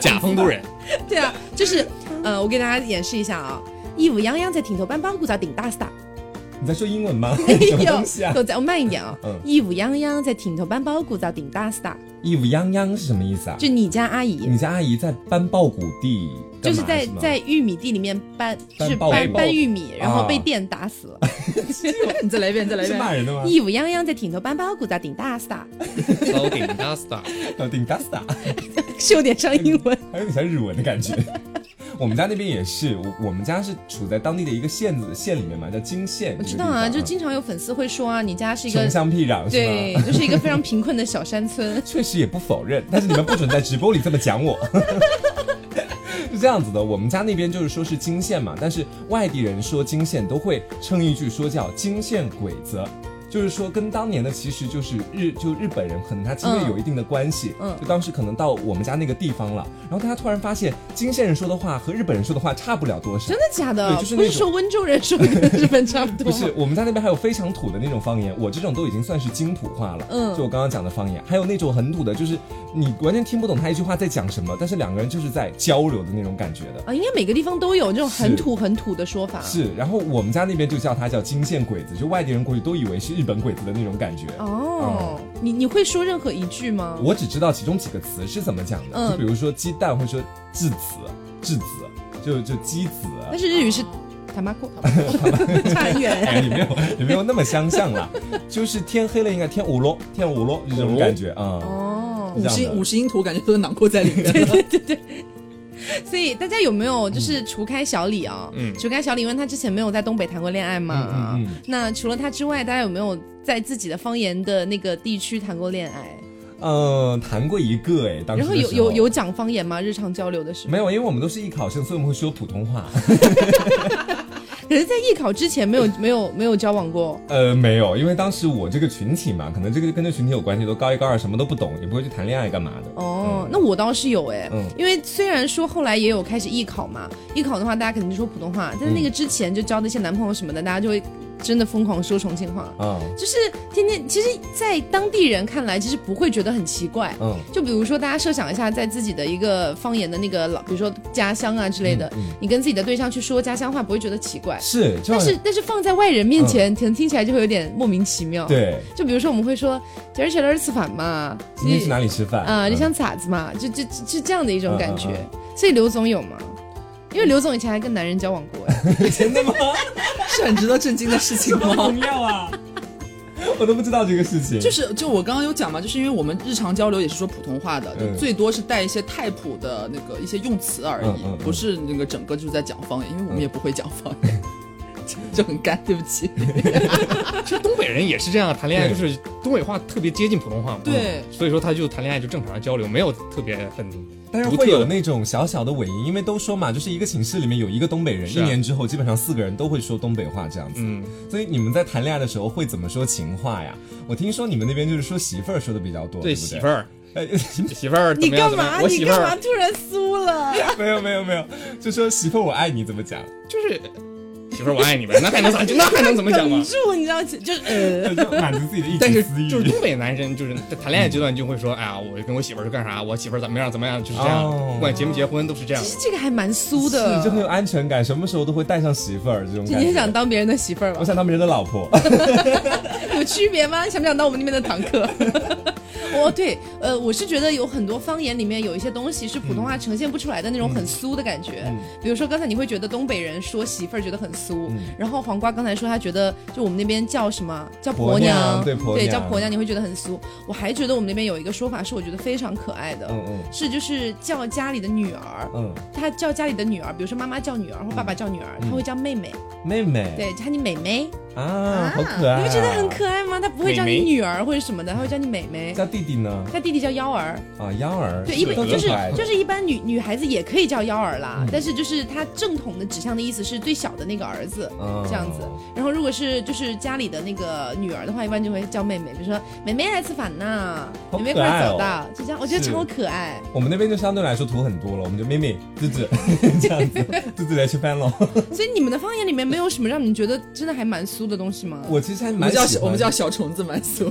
[SPEAKER 4] 假丰都 人，
[SPEAKER 1] 对啊，就是呃，我给大家演示一下啊，一舞泱泱在挺头搬包，鼓掌顶大 star。
[SPEAKER 2] 你在说英文吗？
[SPEAKER 1] 哎
[SPEAKER 2] 什么东西啊
[SPEAKER 1] 呦，？我再我慢一点啊、
[SPEAKER 2] 嗯
[SPEAKER 1] 义务泱泱在挺头搬包谷在顶大 star，
[SPEAKER 2] 义乌泱泱是什么意思啊？
[SPEAKER 1] 就你家阿姨，
[SPEAKER 2] 你家阿姨在搬稻谷地
[SPEAKER 1] 就
[SPEAKER 2] 干嘛，
[SPEAKER 1] 是在
[SPEAKER 2] 吗
[SPEAKER 1] 在玉米地里面搬，就
[SPEAKER 2] 搬
[SPEAKER 1] 是
[SPEAKER 2] 爆谷
[SPEAKER 1] 搬搬玉米，然后被
[SPEAKER 2] 啊
[SPEAKER 1] 电打死了。
[SPEAKER 3] 你再来一遍，再来一
[SPEAKER 2] 是
[SPEAKER 3] 遍。
[SPEAKER 2] 骂人的吗？
[SPEAKER 1] 义务泱泱在挺头搬包谷在顶大 star，
[SPEAKER 4] 高顶 Duster，
[SPEAKER 2] 要哦顶 d a s t
[SPEAKER 1] 是有点像英文。
[SPEAKER 2] 还有点像日文的感觉。 我们家那边也是，我我们家是处在当地的一个县子县里面嘛，叫金县。
[SPEAKER 1] 我知
[SPEAKER 2] 这个
[SPEAKER 1] 道
[SPEAKER 2] 地方
[SPEAKER 1] 啊，就经常有粉丝会说啊，你家是一个
[SPEAKER 2] 城乡僻壤是
[SPEAKER 1] 对
[SPEAKER 2] 吗？，。
[SPEAKER 1] 就是一个非常贫困的小山村
[SPEAKER 2] 确实也不否认，但是你们不准在直播里这么讲我。 是这样子的，我们家那边就是说是金县嘛，但是外地人说金县都会称一句说叫金县鬼子。就是说，跟当年的其实就是日就日本人可能他经历
[SPEAKER 1] 嗯
[SPEAKER 2] 有一定的关系，
[SPEAKER 1] 嗯
[SPEAKER 2] 就当时可能到我们家那个地方了，然后大家突然发现金县人说的话和日本人说的话差不了多少
[SPEAKER 1] 真，的假的？
[SPEAKER 2] 对就是
[SPEAKER 1] 不
[SPEAKER 2] 那
[SPEAKER 1] 是
[SPEAKER 2] 种
[SPEAKER 1] 说温州人说的跟日本差不多
[SPEAKER 2] 不
[SPEAKER 1] 吗？
[SPEAKER 2] 是，我们在那边还有非常土的那种方言，我这种都已经算是京普化了。
[SPEAKER 1] 嗯
[SPEAKER 2] 就我刚刚讲的方言，还有那种很土的，就是你完全听不懂他一句话在讲什么，但是两个人就是在交流的那种感觉的。
[SPEAKER 1] 啊，应该每个地方都有这种很
[SPEAKER 2] 是
[SPEAKER 1] 土很土的说法。
[SPEAKER 2] 是，然后我们家那边就叫他叫金线鬼子，就外地人过去都以为是日本鬼子的那种感觉。
[SPEAKER 1] 哦，你你会说任何一句吗？
[SPEAKER 2] 我只知道其中几个词是怎么讲的，
[SPEAKER 1] 嗯
[SPEAKER 2] 就比如说鸡蛋会说质子，质子就就鸡子，啊
[SPEAKER 1] 但是日语
[SPEAKER 2] 哦
[SPEAKER 1] 是 tamako，差 很远。
[SPEAKER 2] 哎，也没有也没有那么相像啦，就是天黑了应该天五喽，天五喽就这种感觉啊。
[SPEAKER 1] 哦，
[SPEAKER 2] 这
[SPEAKER 3] 五
[SPEAKER 2] 样
[SPEAKER 3] 十
[SPEAKER 2] 的
[SPEAKER 3] 五十音图感觉都囊括在里面了。
[SPEAKER 1] 所以大家有没有
[SPEAKER 2] 嗯
[SPEAKER 1] 就是除开小李啊？
[SPEAKER 4] 嗯
[SPEAKER 1] 除开小李，因为他之前没有在东北谈过恋爱嘛。
[SPEAKER 2] 嗯嗯嗯
[SPEAKER 1] 那除了他之外，大家有没有在自己的方言的那个地区谈过恋爱？
[SPEAKER 2] 嗯，谈过一个哎，当
[SPEAKER 1] 然
[SPEAKER 2] 时的
[SPEAKER 1] 后有
[SPEAKER 2] 时候
[SPEAKER 1] 有有讲方言吗？日常交流的时候
[SPEAKER 2] 没？有？因为我们都是艺考生，所以我们会说普通话。
[SPEAKER 1] 可是，在艺考之前没 有没有没有交往过。
[SPEAKER 2] 呃，没有，因为当时我这个群体嘛，可能这个跟这群体有关系，都高一高二什么都不懂，也不会去谈恋爱干嘛的。
[SPEAKER 1] 哦，那我倒是有哎、
[SPEAKER 2] 嗯
[SPEAKER 1] 因为虽然说后来也有开始艺考嘛，艺考的话大家肯定说普通话，但是那个
[SPEAKER 2] 嗯
[SPEAKER 1] 之前就交的一些男朋友什么的，大家就会真的疯狂说重庆话，
[SPEAKER 2] 啊，
[SPEAKER 1] 就是天天，其实，在当地人看来，其实不会觉得很奇怪。
[SPEAKER 2] 嗯，
[SPEAKER 1] 就比如说，大家设想一下，在自己的一个方言的那个老，比如说家乡啊之类的，
[SPEAKER 2] 嗯嗯
[SPEAKER 1] 你跟自己的对象去说家乡话，不会觉得奇怪。
[SPEAKER 2] 是，就
[SPEAKER 1] 但
[SPEAKER 4] 嗯
[SPEAKER 2] 让
[SPEAKER 1] 是但是放在外人面前，可能听起来就会有点莫名其
[SPEAKER 4] 嗯
[SPEAKER 1] 妙。，
[SPEAKER 2] 对，
[SPEAKER 1] 就比如说我们会说“今儿去哪儿吃饭嘛”，
[SPEAKER 2] 今天去哪里吃饭
[SPEAKER 1] 啊、你
[SPEAKER 2] 嗯
[SPEAKER 1] 想咋子嘛？就就就就这样的一种感觉。
[SPEAKER 2] 嗯嗯
[SPEAKER 1] 所以刘总有吗？因为刘总以前还跟男人交往过，哎
[SPEAKER 2] 真的吗？
[SPEAKER 3] 是很值得震惊的事 情吗？
[SPEAKER 2] 要啊！我都不知道这个事情。
[SPEAKER 3] 就是，就我刚刚有讲嘛，就是因为我们日常交流也是说普通话的，
[SPEAKER 2] 嗯
[SPEAKER 3] 就最多是带一些太普的那个一些用词而已，
[SPEAKER 2] 嗯嗯嗯
[SPEAKER 3] 不是那个整个就是在讲方言，因为我们也不会讲方言，就就很干，对不起。
[SPEAKER 4] 其实东北人也是这样，谈恋爱就是东北话特别接近普通话嘛，嗯
[SPEAKER 3] 对
[SPEAKER 4] 所以说他就谈恋爱就正常的交流，没有特别很
[SPEAKER 2] 但是
[SPEAKER 4] 独
[SPEAKER 2] 会
[SPEAKER 4] 特
[SPEAKER 2] 有
[SPEAKER 4] 的
[SPEAKER 2] 那种小小的尾音，因为都说嘛，就是一个寝室里面有一个东北人，
[SPEAKER 4] 是
[SPEAKER 2] 一
[SPEAKER 4] 啊
[SPEAKER 2] 年之后基本上四个人都会说东北话这样子。
[SPEAKER 4] 嗯，
[SPEAKER 2] 所以你们在谈恋爱的时候会怎么说情话呀？我听说你们那边就是说媳妇儿说的比较多，对
[SPEAKER 4] 对
[SPEAKER 2] 不对
[SPEAKER 4] 媳妇。儿，
[SPEAKER 2] 哎，
[SPEAKER 4] 媳妇 儿怎么样怎么样，我媳妇儿
[SPEAKER 1] 突然酥了？
[SPEAKER 2] 没有没有没有，就说媳妇儿我爱你怎么讲？
[SPEAKER 4] 就是呃媳妇儿我爱你呗，那还能咋？那还 能怎么讲 嘛？
[SPEAKER 1] 住，你知道，就是呃，
[SPEAKER 2] 就满足自己的一
[SPEAKER 4] 但
[SPEAKER 2] 己
[SPEAKER 4] 是
[SPEAKER 2] 私欲。
[SPEAKER 4] 就是东北男生，就是在谈恋爱阶段就会说，哎呀，我跟我媳妇儿是干啥？我媳妇儿怎么样怎么样，就是这样，
[SPEAKER 2] 哦
[SPEAKER 4] 不管结没结婚都是这样
[SPEAKER 1] 其。实这个还蛮酥的，
[SPEAKER 2] 是就很有安全感，什么时候都会带上媳妇儿这种
[SPEAKER 1] 就
[SPEAKER 2] 感
[SPEAKER 1] 你
[SPEAKER 2] 觉。
[SPEAKER 1] 很想当别人的媳妇儿
[SPEAKER 2] 我
[SPEAKER 1] 吗？
[SPEAKER 2] 想当别人的老 婆，
[SPEAKER 1] 有区别吗？想不想当我们那边的堂 客？哦，对，呃，我是觉得有很多方言里面有一些东西是普通话呈现不出来的那种很酥的感
[SPEAKER 2] 嗯
[SPEAKER 1] 觉。比如说刚才你会觉得东北人说媳妇儿觉得很酥，
[SPEAKER 2] 嗯
[SPEAKER 1] 然后黄瓜刚才说他觉得就我们那边叫什么叫
[SPEAKER 2] 婆
[SPEAKER 1] 娘，
[SPEAKER 2] 娘对婆娘
[SPEAKER 1] 叫婆娘，你会觉得很酥。我还觉得我们那边有一个说法是我觉得非常可爱的，
[SPEAKER 2] 嗯嗯
[SPEAKER 1] 是就是叫家里的女儿。
[SPEAKER 2] 嗯，
[SPEAKER 1] 他叫家里的女儿，比如说妈妈叫女儿或爸爸叫女儿，他会叫妹妹，
[SPEAKER 2] 妹妹，
[SPEAKER 1] 对，叫你妹妹，
[SPEAKER 2] 啊，好可爱、啊！
[SPEAKER 1] 你不觉得很可爱吗？他不会叫你
[SPEAKER 4] 妹妹
[SPEAKER 1] 女儿或者什么的，他会叫你妹妹。
[SPEAKER 2] 叫弟弟呢？
[SPEAKER 1] 他弟弟叫幺儿，
[SPEAKER 2] 啊，幺儿，
[SPEAKER 1] 对，一般
[SPEAKER 2] 都
[SPEAKER 1] 就是
[SPEAKER 2] 可爱的
[SPEAKER 1] 就是一般女女孩子也可以叫幺儿啦，但是就是他正统的指向的意思是最小的那个儿子
[SPEAKER 2] 哦
[SPEAKER 1] 这样子。然后如果是就是家里的那个女儿的话，一般就会叫妹妹，比如说妹妹来吃饭呐，
[SPEAKER 2] 好
[SPEAKER 1] 妹妹
[SPEAKER 2] 可
[SPEAKER 1] 快
[SPEAKER 2] 爱
[SPEAKER 1] 走
[SPEAKER 2] 哦
[SPEAKER 1] 到，就这样，我觉得
[SPEAKER 2] 是
[SPEAKER 1] 超可爱。
[SPEAKER 2] 我们那边就相对来说土很多了，我们就妹妹、弟弟 这样子，弟弟来吃饭喽。
[SPEAKER 1] 所以你们的方言里面没有什么让你觉得真的还蛮酥的东西吗？
[SPEAKER 2] 我其实还
[SPEAKER 3] 我
[SPEAKER 2] 蛮
[SPEAKER 3] 们叫
[SPEAKER 2] 喜欢
[SPEAKER 3] 我们叫小虫子满俗。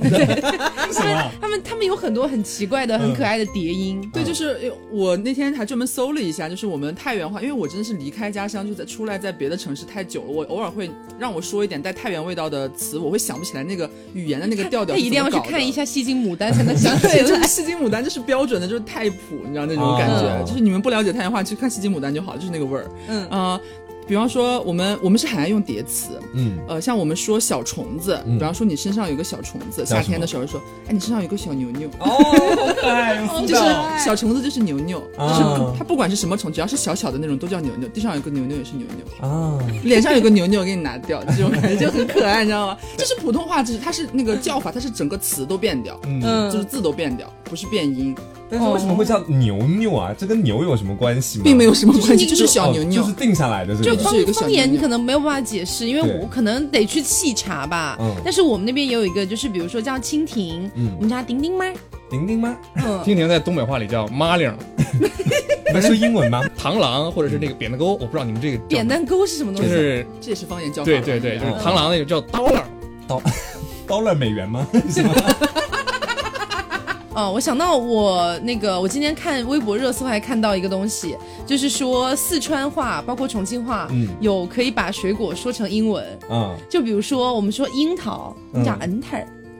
[SPEAKER 1] 他
[SPEAKER 3] 对
[SPEAKER 1] 们他们他们有很多很奇怪的、很可爱的叠音。
[SPEAKER 3] 对，就是哎我那天还专门搜了一下，就是我们太原话，因为我真的是离开家乡，就在出来在别的城市太久了，我偶尔会让我说一点带太原味道的词，我会想不起来那个语言的那个调调
[SPEAKER 1] 他
[SPEAKER 3] 是
[SPEAKER 1] 一
[SPEAKER 3] 怎么
[SPEAKER 1] 定
[SPEAKER 3] 搞
[SPEAKER 1] 要
[SPEAKER 3] 的。
[SPEAKER 1] 去看一下《戏精牡丹》才 能想起
[SPEAKER 3] 对，就
[SPEAKER 1] 来
[SPEAKER 3] 是。戏精牡丹，就是标准的，就是太普，你知道那种感觉，
[SPEAKER 2] 哦
[SPEAKER 3] 就是你们不了解太原话，去看戏精牡丹就好，就是那个味儿。
[SPEAKER 1] 嗯
[SPEAKER 3] 啊、比方说我们我们是很爱用叠词，
[SPEAKER 2] 嗯，
[SPEAKER 3] 呃，像我们说小虫子，
[SPEAKER 2] 嗯
[SPEAKER 3] 比方说你身上有个小虫子，
[SPEAKER 2] 叫什么
[SPEAKER 3] 夏天的时候说，哎，你身上有个小牛牛。
[SPEAKER 2] 哦，好可爱，有
[SPEAKER 1] 哦
[SPEAKER 2] 四
[SPEAKER 3] 就
[SPEAKER 1] 知
[SPEAKER 3] 是
[SPEAKER 1] 道
[SPEAKER 2] 道
[SPEAKER 3] 小虫子，就是牛牛，就是
[SPEAKER 2] 啊
[SPEAKER 3] 它不管是什么虫，只要是小小的那种都叫牛牛。地上有个牛牛也是牛牛，
[SPEAKER 2] 啊，
[SPEAKER 3] 脸上有个牛牛给你拿掉，这种感觉就很可爱，你知道吗？这是普通话，只是它是那个叫法，它是整个词都变掉，
[SPEAKER 2] 嗯，
[SPEAKER 1] 嗯，
[SPEAKER 3] 就是字都变掉，不是变音，
[SPEAKER 2] 但是为什么会叫牛牛啊？这跟牛有什么关系吗？
[SPEAKER 3] 并没有什么关系，
[SPEAKER 1] 就
[SPEAKER 3] 就是是小牛牛
[SPEAKER 2] 哦就。是定下来的这
[SPEAKER 1] 就
[SPEAKER 2] 个
[SPEAKER 3] 是
[SPEAKER 1] 方
[SPEAKER 3] 有一个小
[SPEAKER 1] 方言
[SPEAKER 3] 牛
[SPEAKER 1] 你
[SPEAKER 3] 牛
[SPEAKER 1] 可能没有办法解释，因为
[SPEAKER 2] 对
[SPEAKER 1] 我可能得去细查吧。
[SPEAKER 2] 嗯
[SPEAKER 1] 但是我们那边也有一个，就是比如说叫蜻蜓，
[SPEAKER 2] 嗯
[SPEAKER 1] 我们叫它丁丁 麦。
[SPEAKER 2] 丁丁吗？
[SPEAKER 1] 嗯，
[SPEAKER 4] 蜻蜓在东北话里叫妈铃儿、
[SPEAKER 2] 你在说英文吗？
[SPEAKER 4] 螳螂，或者是那个扁担钩，我不知道你们这个叫
[SPEAKER 1] 扁
[SPEAKER 4] 什么，
[SPEAKER 1] 担钩是什么东
[SPEAKER 4] 就
[SPEAKER 1] 西？
[SPEAKER 4] 是
[SPEAKER 3] 这也是方言叫法吧。
[SPEAKER 4] 对对对，
[SPEAKER 2] 哦
[SPEAKER 4] 就是
[SPEAKER 3] 嗯
[SPEAKER 4] 螳螂那个叫刀郎，
[SPEAKER 2] dollar 美元 吗？是吗？
[SPEAKER 1] 哦，我想到我那个，我今天看微博热搜还看到一个东西，就是说四川话包括重庆话，
[SPEAKER 2] 嗯
[SPEAKER 1] 有可以把水果说成英文。
[SPEAKER 2] 啊
[SPEAKER 1] 就比如说，我们说樱桃，我们叫
[SPEAKER 2] 嗯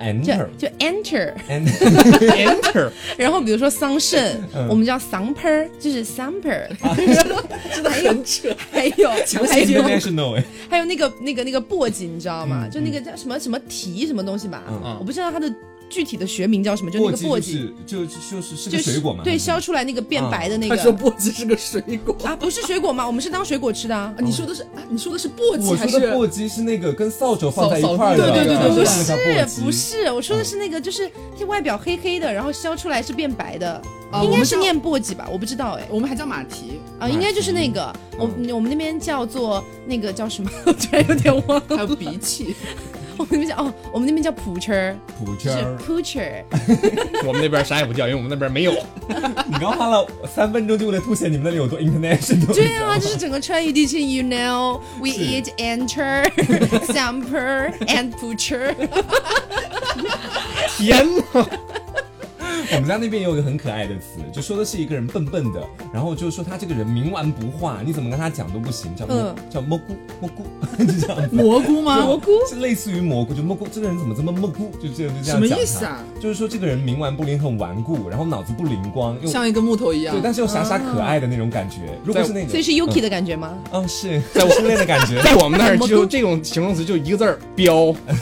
[SPEAKER 1] enter，、就
[SPEAKER 2] ，enter
[SPEAKER 1] 就 enter。
[SPEAKER 2] enter，
[SPEAKER 4] enter，
[SPEAKER 1] 然后比如说桑葚，
[SPEAKER 2] 嗯
[SPEAKER 1] 我们叫桑盆儿，就是 samper。
[SPEAKER 3] 啊 真的很扯。
[SPEAKER 1] 还有还有
[SPEAKER 2] international 哎，
[SPEAKER 1] 还有那个那个那个簸箕，你知道吗？
[SPEAKER 2] 嗯
[SPEAKER 1] 就那个叫什么什么蹄什么东西吧，
[SPEAKER 2] 嗯
[SPEAKER 4] 嗯
[SPEAKER 1] 我不知道它的具体的学名叫什么，就那
[SPEAKER 2] 簸
[SPEAKER 1] 个簸
[SPEAKER 2] 箕
[SPEAKER 1] 箕，
[SPEAKER 2] 就是就就是是
[SPEAKER 1] 就
[SPEAKER 2] 个
[SPEAKER 1] 是
[SPEAKER 2] 水果嘛？
[SPEAKER 1] 对，削出来那个变白的那
[SPEAKER 3] 他说
[SPEAKER 1] 个。
[SPEAKER 3] 簸嗯啊箕是个水果，
[SPEAKER 1] 啊，不是水果吗？我们是当水果吃的啊
[SPEAKER 3] 啊！你说的是啊？你说的是簸箕
[SPEAKER 2] 我
[SPEAKER 3] 还
[SPEAKER 2] 说
[SPEAKER 3] 是
[SPEAKER 2] 的簸箕是那个跟扫帚放在一块儿
[SPEAKER 3] 扫
[SPEAKER 2] 的，啊
[SPEAKER 3] 帚对对对对
[SPEAKER 2] 就
[SPEAKER 1] 不
[SPEAKER 3] 对
[SPEAKER 2] 是那个叫簸
[SPEAKER 1] 是
[SPEAKER 2] 箕
[SPEAKER 1] 不是，我说的是那个，就是它外表黑黑的，然后削出来是变白的，
[SPEAKER 3] 啊
[SPEAKER 1] 应
[SPEAKER 3] 我
[SPEAKER 1] 该
[SPEAKER 3] 们
[SPEAKER 1] 是
[SPEAKER 3] 叫
[SPEAKER 1] 念簸箕吧？我不知道哎，
[SPEAKER 3] 我们还叫马蹄，
[SPEAKER 1] 啊，应该就是那个，我
[SPEAKER 2] 嗯
[SPEAKER 1] 我们那边叫做那个叫什么， 我突然有点忘
[SPEAKER 3] 还
[SPEAKER 1] 了，
[SPEAKER 3] 有鼻涕。
[SPEAKER 1] 我们那边叫哦，我们那边叫蒲圈儿，
[SPEAKER 2] 普
[SPEAKER 1] 就
[SPEAKER 2] 圈
[SPEAKER 1] 是
[SPEAKER 2] 儿。
[SPEAKER 1] poocher，
[SPEAKER 4] 我们那边啥也不叫，因为我们那边没有。
[SPEAKER 2] 你刚花了三分钟就为了凸显你们那里有多 international。
[SPEAKER 1] 对啊，就是整个川渝地区，you know we
[SPEAKER 2] 是
[SPEAKER 1] eat enter samper and butcher，
[SPEAKER 4] 天呐，
[SPEAKER 2] 我们家那边也有一个很可爱的词，就说的是一个人笨笨的，然后就说他这个人冥顽不化，你怎么跟他讲都不行，叫蘑、
[SPEAKER 1] 嗯
[SPEAKER 2] 叫蘑菇蘑菇，就这样子。
[SPEAKER 3] 蘑菇吗？
[SPEAKER 1] 蘑菇
[SPEAKER 2] 是类似于蘑菇，就蘑菇，这个人怎么这么蘑菇？就这样就这
[SPEAKER 3] 什
[SPEAKER 2] 样
[SPEAKER 3] 么
[SPEAKER 2] 讲他
[SPEAKER 3] 意思啊？
[SPEAKER 2] 就是说这个人冥顽不灵，很顽固，然后脑子不灵光，又
[SPEAKER 3] 像一个木头一样
[SPEAKER 2] 对，。但是又傻傻可爱的那种感觉。如果是那种，
[SPEAKER 1] 所以是 Yuki 的感觉吗？
[SPEAKER 2] 嗯，是在我失恋的感觉。
[SPEAKER 4] 在我们那儿
[SPEAKER 1] 蘑菇
[SPEAKER 4] 就这种形容词就一个字儿彪，
[SPEAKER 2] 哎哦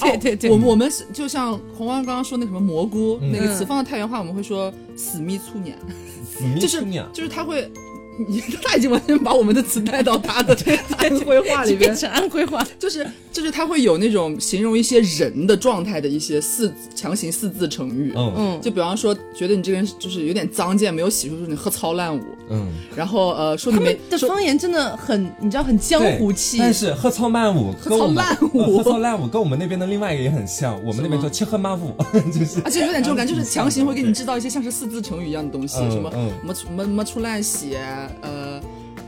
[SPEAKER 1] 对对对，
[SPEAKER 3] 我们我们是就像红光刚刚说那什么蘑菇
[SPEAKER 2] 嗯
[SPEAKER 3] 那个词，放到太原话我们会说死蜜醋娘，
[SPEAKER 2] 死命
[SPEAKER 3] 就是
[SPEAKER 2] 姑娘
[SPEAKER 3] 就是他会， 你他已经完全把我们的词带到他的安徽话里
[SPEAKER 1] 就变
[SPEAKER 3] 边，
[SPEAKER 1] 成 安徽话，
[SPEAKER 3] 就是就是他会有那种形容一些人的状态的一些四强行四字成语，
[SPEAKER 2] 嗯
[SPEAKER 1] 嗯，
[SPEAKER 3] 就比方说觉得你这个人就是有点脏贱，没有洗漱，说你喝糙烂舞，
[SPEAKER 2] 嗯，
[SPEAKER 3] 然后呃说
[SPEAKER 1] 他
[SPEAKER 3] 你
[SPEAKER 1] 们
[SPEAKER 3] 没
[SPEAKER 1] 的
[SPEAKER 3] 说
[SPEAKER 1] 方言真的很，你知道很江
[SPEAKER 2] 对
[SPEAKER 1] 湖气，
[SPEAKER 2] 但是喝操曼舞跟我们，
[SPEAKER 3] 喝操曼舞
[SPEAKER 2] 呃喝操曼舞跟我们那边的另外一个也很像，我们那边叫切喝 曼舞，就是
[SPEAKER 3] 而且有点这种感
[SPEAKER 2] 嗯
[SPEAKER 3] 觉，啊就是强行会给你制造一些像是四字成语一样的东西，
[SPEAKER 2] 嗯
[SPEAKER 3] 什么
[SPEAKER 2] 嗯
[SPEAKER 3] 什么什么什么出烂血，呃，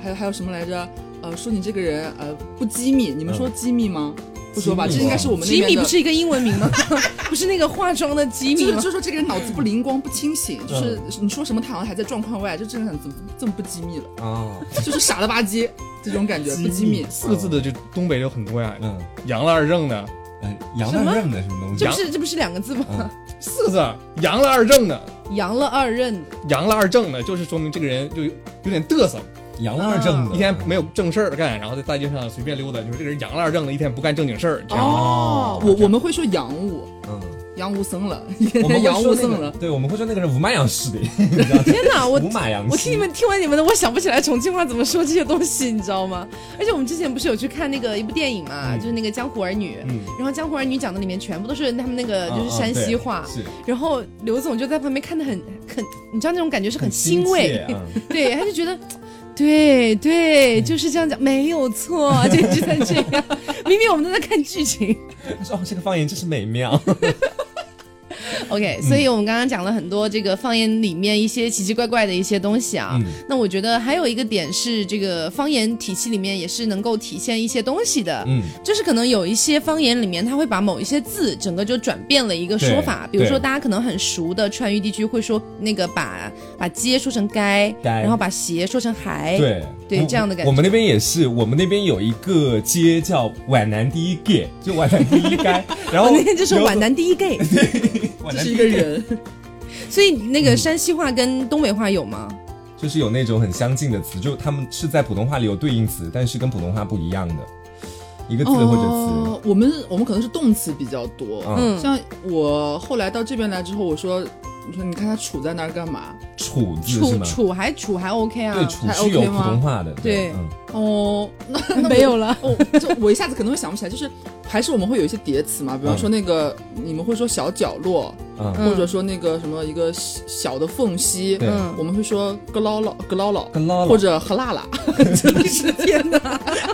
[SPEAKER 3] 还有还有什么来着？呃，说你这个人呃不机密，你们说机密吗？不说吧，
[SPEAKER 2] 嗯机
[SPEAKER 3] 这
[SPEAKER 2] 密
[SPEAKER 3] 应该是我们那
[SPEAKER 1] 吉米
[SPEAKER 3] 边的
[SPEAKER 1] 不。是一个英文名吗？ 不是那个化妆的吉
[SPEAKER 3] 就
[SPEAKER 1] 米
[SPEAKER 3] 是
[SPEAKER 1] 吗
[SPEAKER 3] 就？是说这个人脑子不灵光、不清醒，就是
[SPEAKER 2] 嗯
[SPEAKER 3] 你说什么他好像还在状况外，就这个人怎么这么不机密了？
[SPEAKER 2] 啊，
[SPEAKER 3] 就是傻了吧唧这种感觉，
[SPEAKER 2] 机密
[SPEAKER 3] 不机密。
[SPEAKER 4] 四个字的就东北有很多呀，
[SPEAKER 2] 嗯，
[SPEAKER 4] 杨了二正的
[SPEAKER 2] 呃，杨万任的什么东西
[SPEAKER 1] 这不？是这不是两个字吗？
[SPEAKER 4] 四个字儿，杨了二正的，
[SPEAKER 2] 嗯
[SPEAKER 1] 扬了二任，
[SPEAKER 4] 杨了二正的，就是说明这个人就有点嘚瑟，
[SPEAKER 2] 杨万正的，
[SPEAKER 4] 一天没有正事儿干，然后在大街上
[SPEAKER 1] 啊
[SPEAKER 4] 随
[SPEAKER 1] 哦
[SPEAKER 4] 便溜达，就是这个人杨了二正的，一天不干正经事儿，这样
[SPEAKER 2] 哦
[SPEAKER 3] 我我们会说洋务，
[SPEAKER 2] 嗯，
[SPEAKER 3] 洋务僧了，你天
[SPEAKER 2] 我们会
[SPEAKER 3] 天洋
[SPEAKER 2] 说
[SPEAKER 3] 务
[SPEAKER 2] 那
[SPEAKER 3] 僧
[SPEAKER 2] 个
[SPEAKER 3] 了。
[SPEAKER 2] 对，我们会说那个人无马养尸的， 你知道吗
[SPEAKER 1] 天哪， 我
[SPEAKER 2] 无马养
[SPEAKER 1] 我
[SPEAKER 2] 尸
[SPEAKER 1] 听你们听完你们的，我想不起来重庆话怎么说这些东西，你知道吗？而且我们之前不是有去看那个一部电影嘛，
[SPEAKER 2] 嗯
[SPEAKER 1] 就是那个《江湖儿女》，
[SPEAKER 2] 嗯
[SPEAKER 1] 然后《江湖儿女》讲的里面全部都是他们那个就
[SPEAKER 2] 嗯
[SPEAKER 1] 是
[SPEAKER 2] 嗯
[SPEAKER 1] 山西
[SPEAKER 2] 对
[SPEAKER 1] 话，
[SPEAKER 2] 是
[SPEAKER 1] 然后刘总就在旁边看的很很，你知道那种感觉是很欣
[SPEAKER 2] 亲
[SPEAKER 1] 慰
[SPEAKER 2] 切，嗯
[SPEAKER 1] 对，他就觉得。对对，就是这样讲，没有错，就一直在这样。明明我们都在看剧情，
[SPEAKER 2] 他 说哦，这个方言真是美妙。
[SPEAKER 1] OK，所以
[SPEAKER 2] 嗯
[SPEAKER 1] 我们刚刚讲了很多这个方言里面一些奇奇怪怪的一些东西啊。
[SPEAKER 2] 嗯
[SPEAKER 1] 那我觉得还有一个点是，这个方言体系里面也是能够体现一些东西的。
[SPEAKER 2] 嗯，
[SPEAKER 1] 就是可能有一些方言里面，它会把某一些字整个就转变了一个说法，比
[SPEAKER 2] 对
[SPEAKER 1] 如说
[SPEAKER 2] 对
[SPEAKER 1] 大家可能很熟的川渝地区会说那个把把街说成该，
[SPEAKER 2] 该
[SPEAKER 1] 然后把鞋说成还，
[SPEAKER 2] 对
[SPEAKER 1] 哎对
[SPEAKER 2] 我
[SPEAKER 1] 这样的感觉
[SPEAKER 2] 我们那边也是，我们那边有一个街叫皖南第一街， 就皖南第 一街，然后
[SPEAKER 1] 哦我那天就是皖南 第一 gay，
[SPEAKER 2] 皖
[SPEAKER 3] 这
[SPEAKER 2] 南
[SPEAKER 3] 是
[SPEAKER 2] 第
[SPEAKER 3] 一
[SPEAKER 2] 一
[SPEAKER 3] 个
[SPEAKER 2] 街，
[SPEAKER 3] 人，
[SPEAKER 1] 所以那个山西话跟东北话有吗？
[SPEAKER 2] 就是有那种很相近的词，就他们是在普通话里有对应词，但是跟普通话不一样的一个字或者词。
[SPEAKER 3] 哦，我们我们可能是动词比较多。
[SPEAKER 2] 嗯，
[SPEAKER 1] 嗯
[SPEAKER 3] 像我后来到这边来之后，我说，你说你看他杵在那儿干嘛？
[SPEAKER 2] 楚字是
[SPEAKER 1] 楚
[SPEAKER 2] 吗？
[SPEAKER 1] 楚还楚还 OK 啊，
[SPEAKER 2] 对，楚
[SPEAKER 3] 还
[SPEAKER 2] 是有
[SPEAKER 3] OK
[SPEAKER 2] 普
[SPEAKER 3] 吗
[SPEAKER 2] 通话的。
[SPEAKER 1] 对
[SPEAKER 2] 嗯
[SPEAKER 3] 哦，那
[SPEAKER 1] 没有了。
[SPEAKER 3] 哦，就我一下子可能会想不起来，就是还是我们会有一些叠词嘛，比方说那个、你们会说小角落，
[SPEAKER 2] 嗯，
[SPEAKER 1] 嗯
[SPEAKER 3] 或者说那个什么一个小小的缝隙，
[SPEAKER 2] 对
[SPEAKER 1] 嗯
[SPEAKER 3] 我们会说咯唠唠咯唠唠。
[SPEAKER 2] 跟拉
[SPEAKER 3] 或
[SPEAKER 2] 了。
[SPEAKER 3] 者和辣辣，真的是天哪！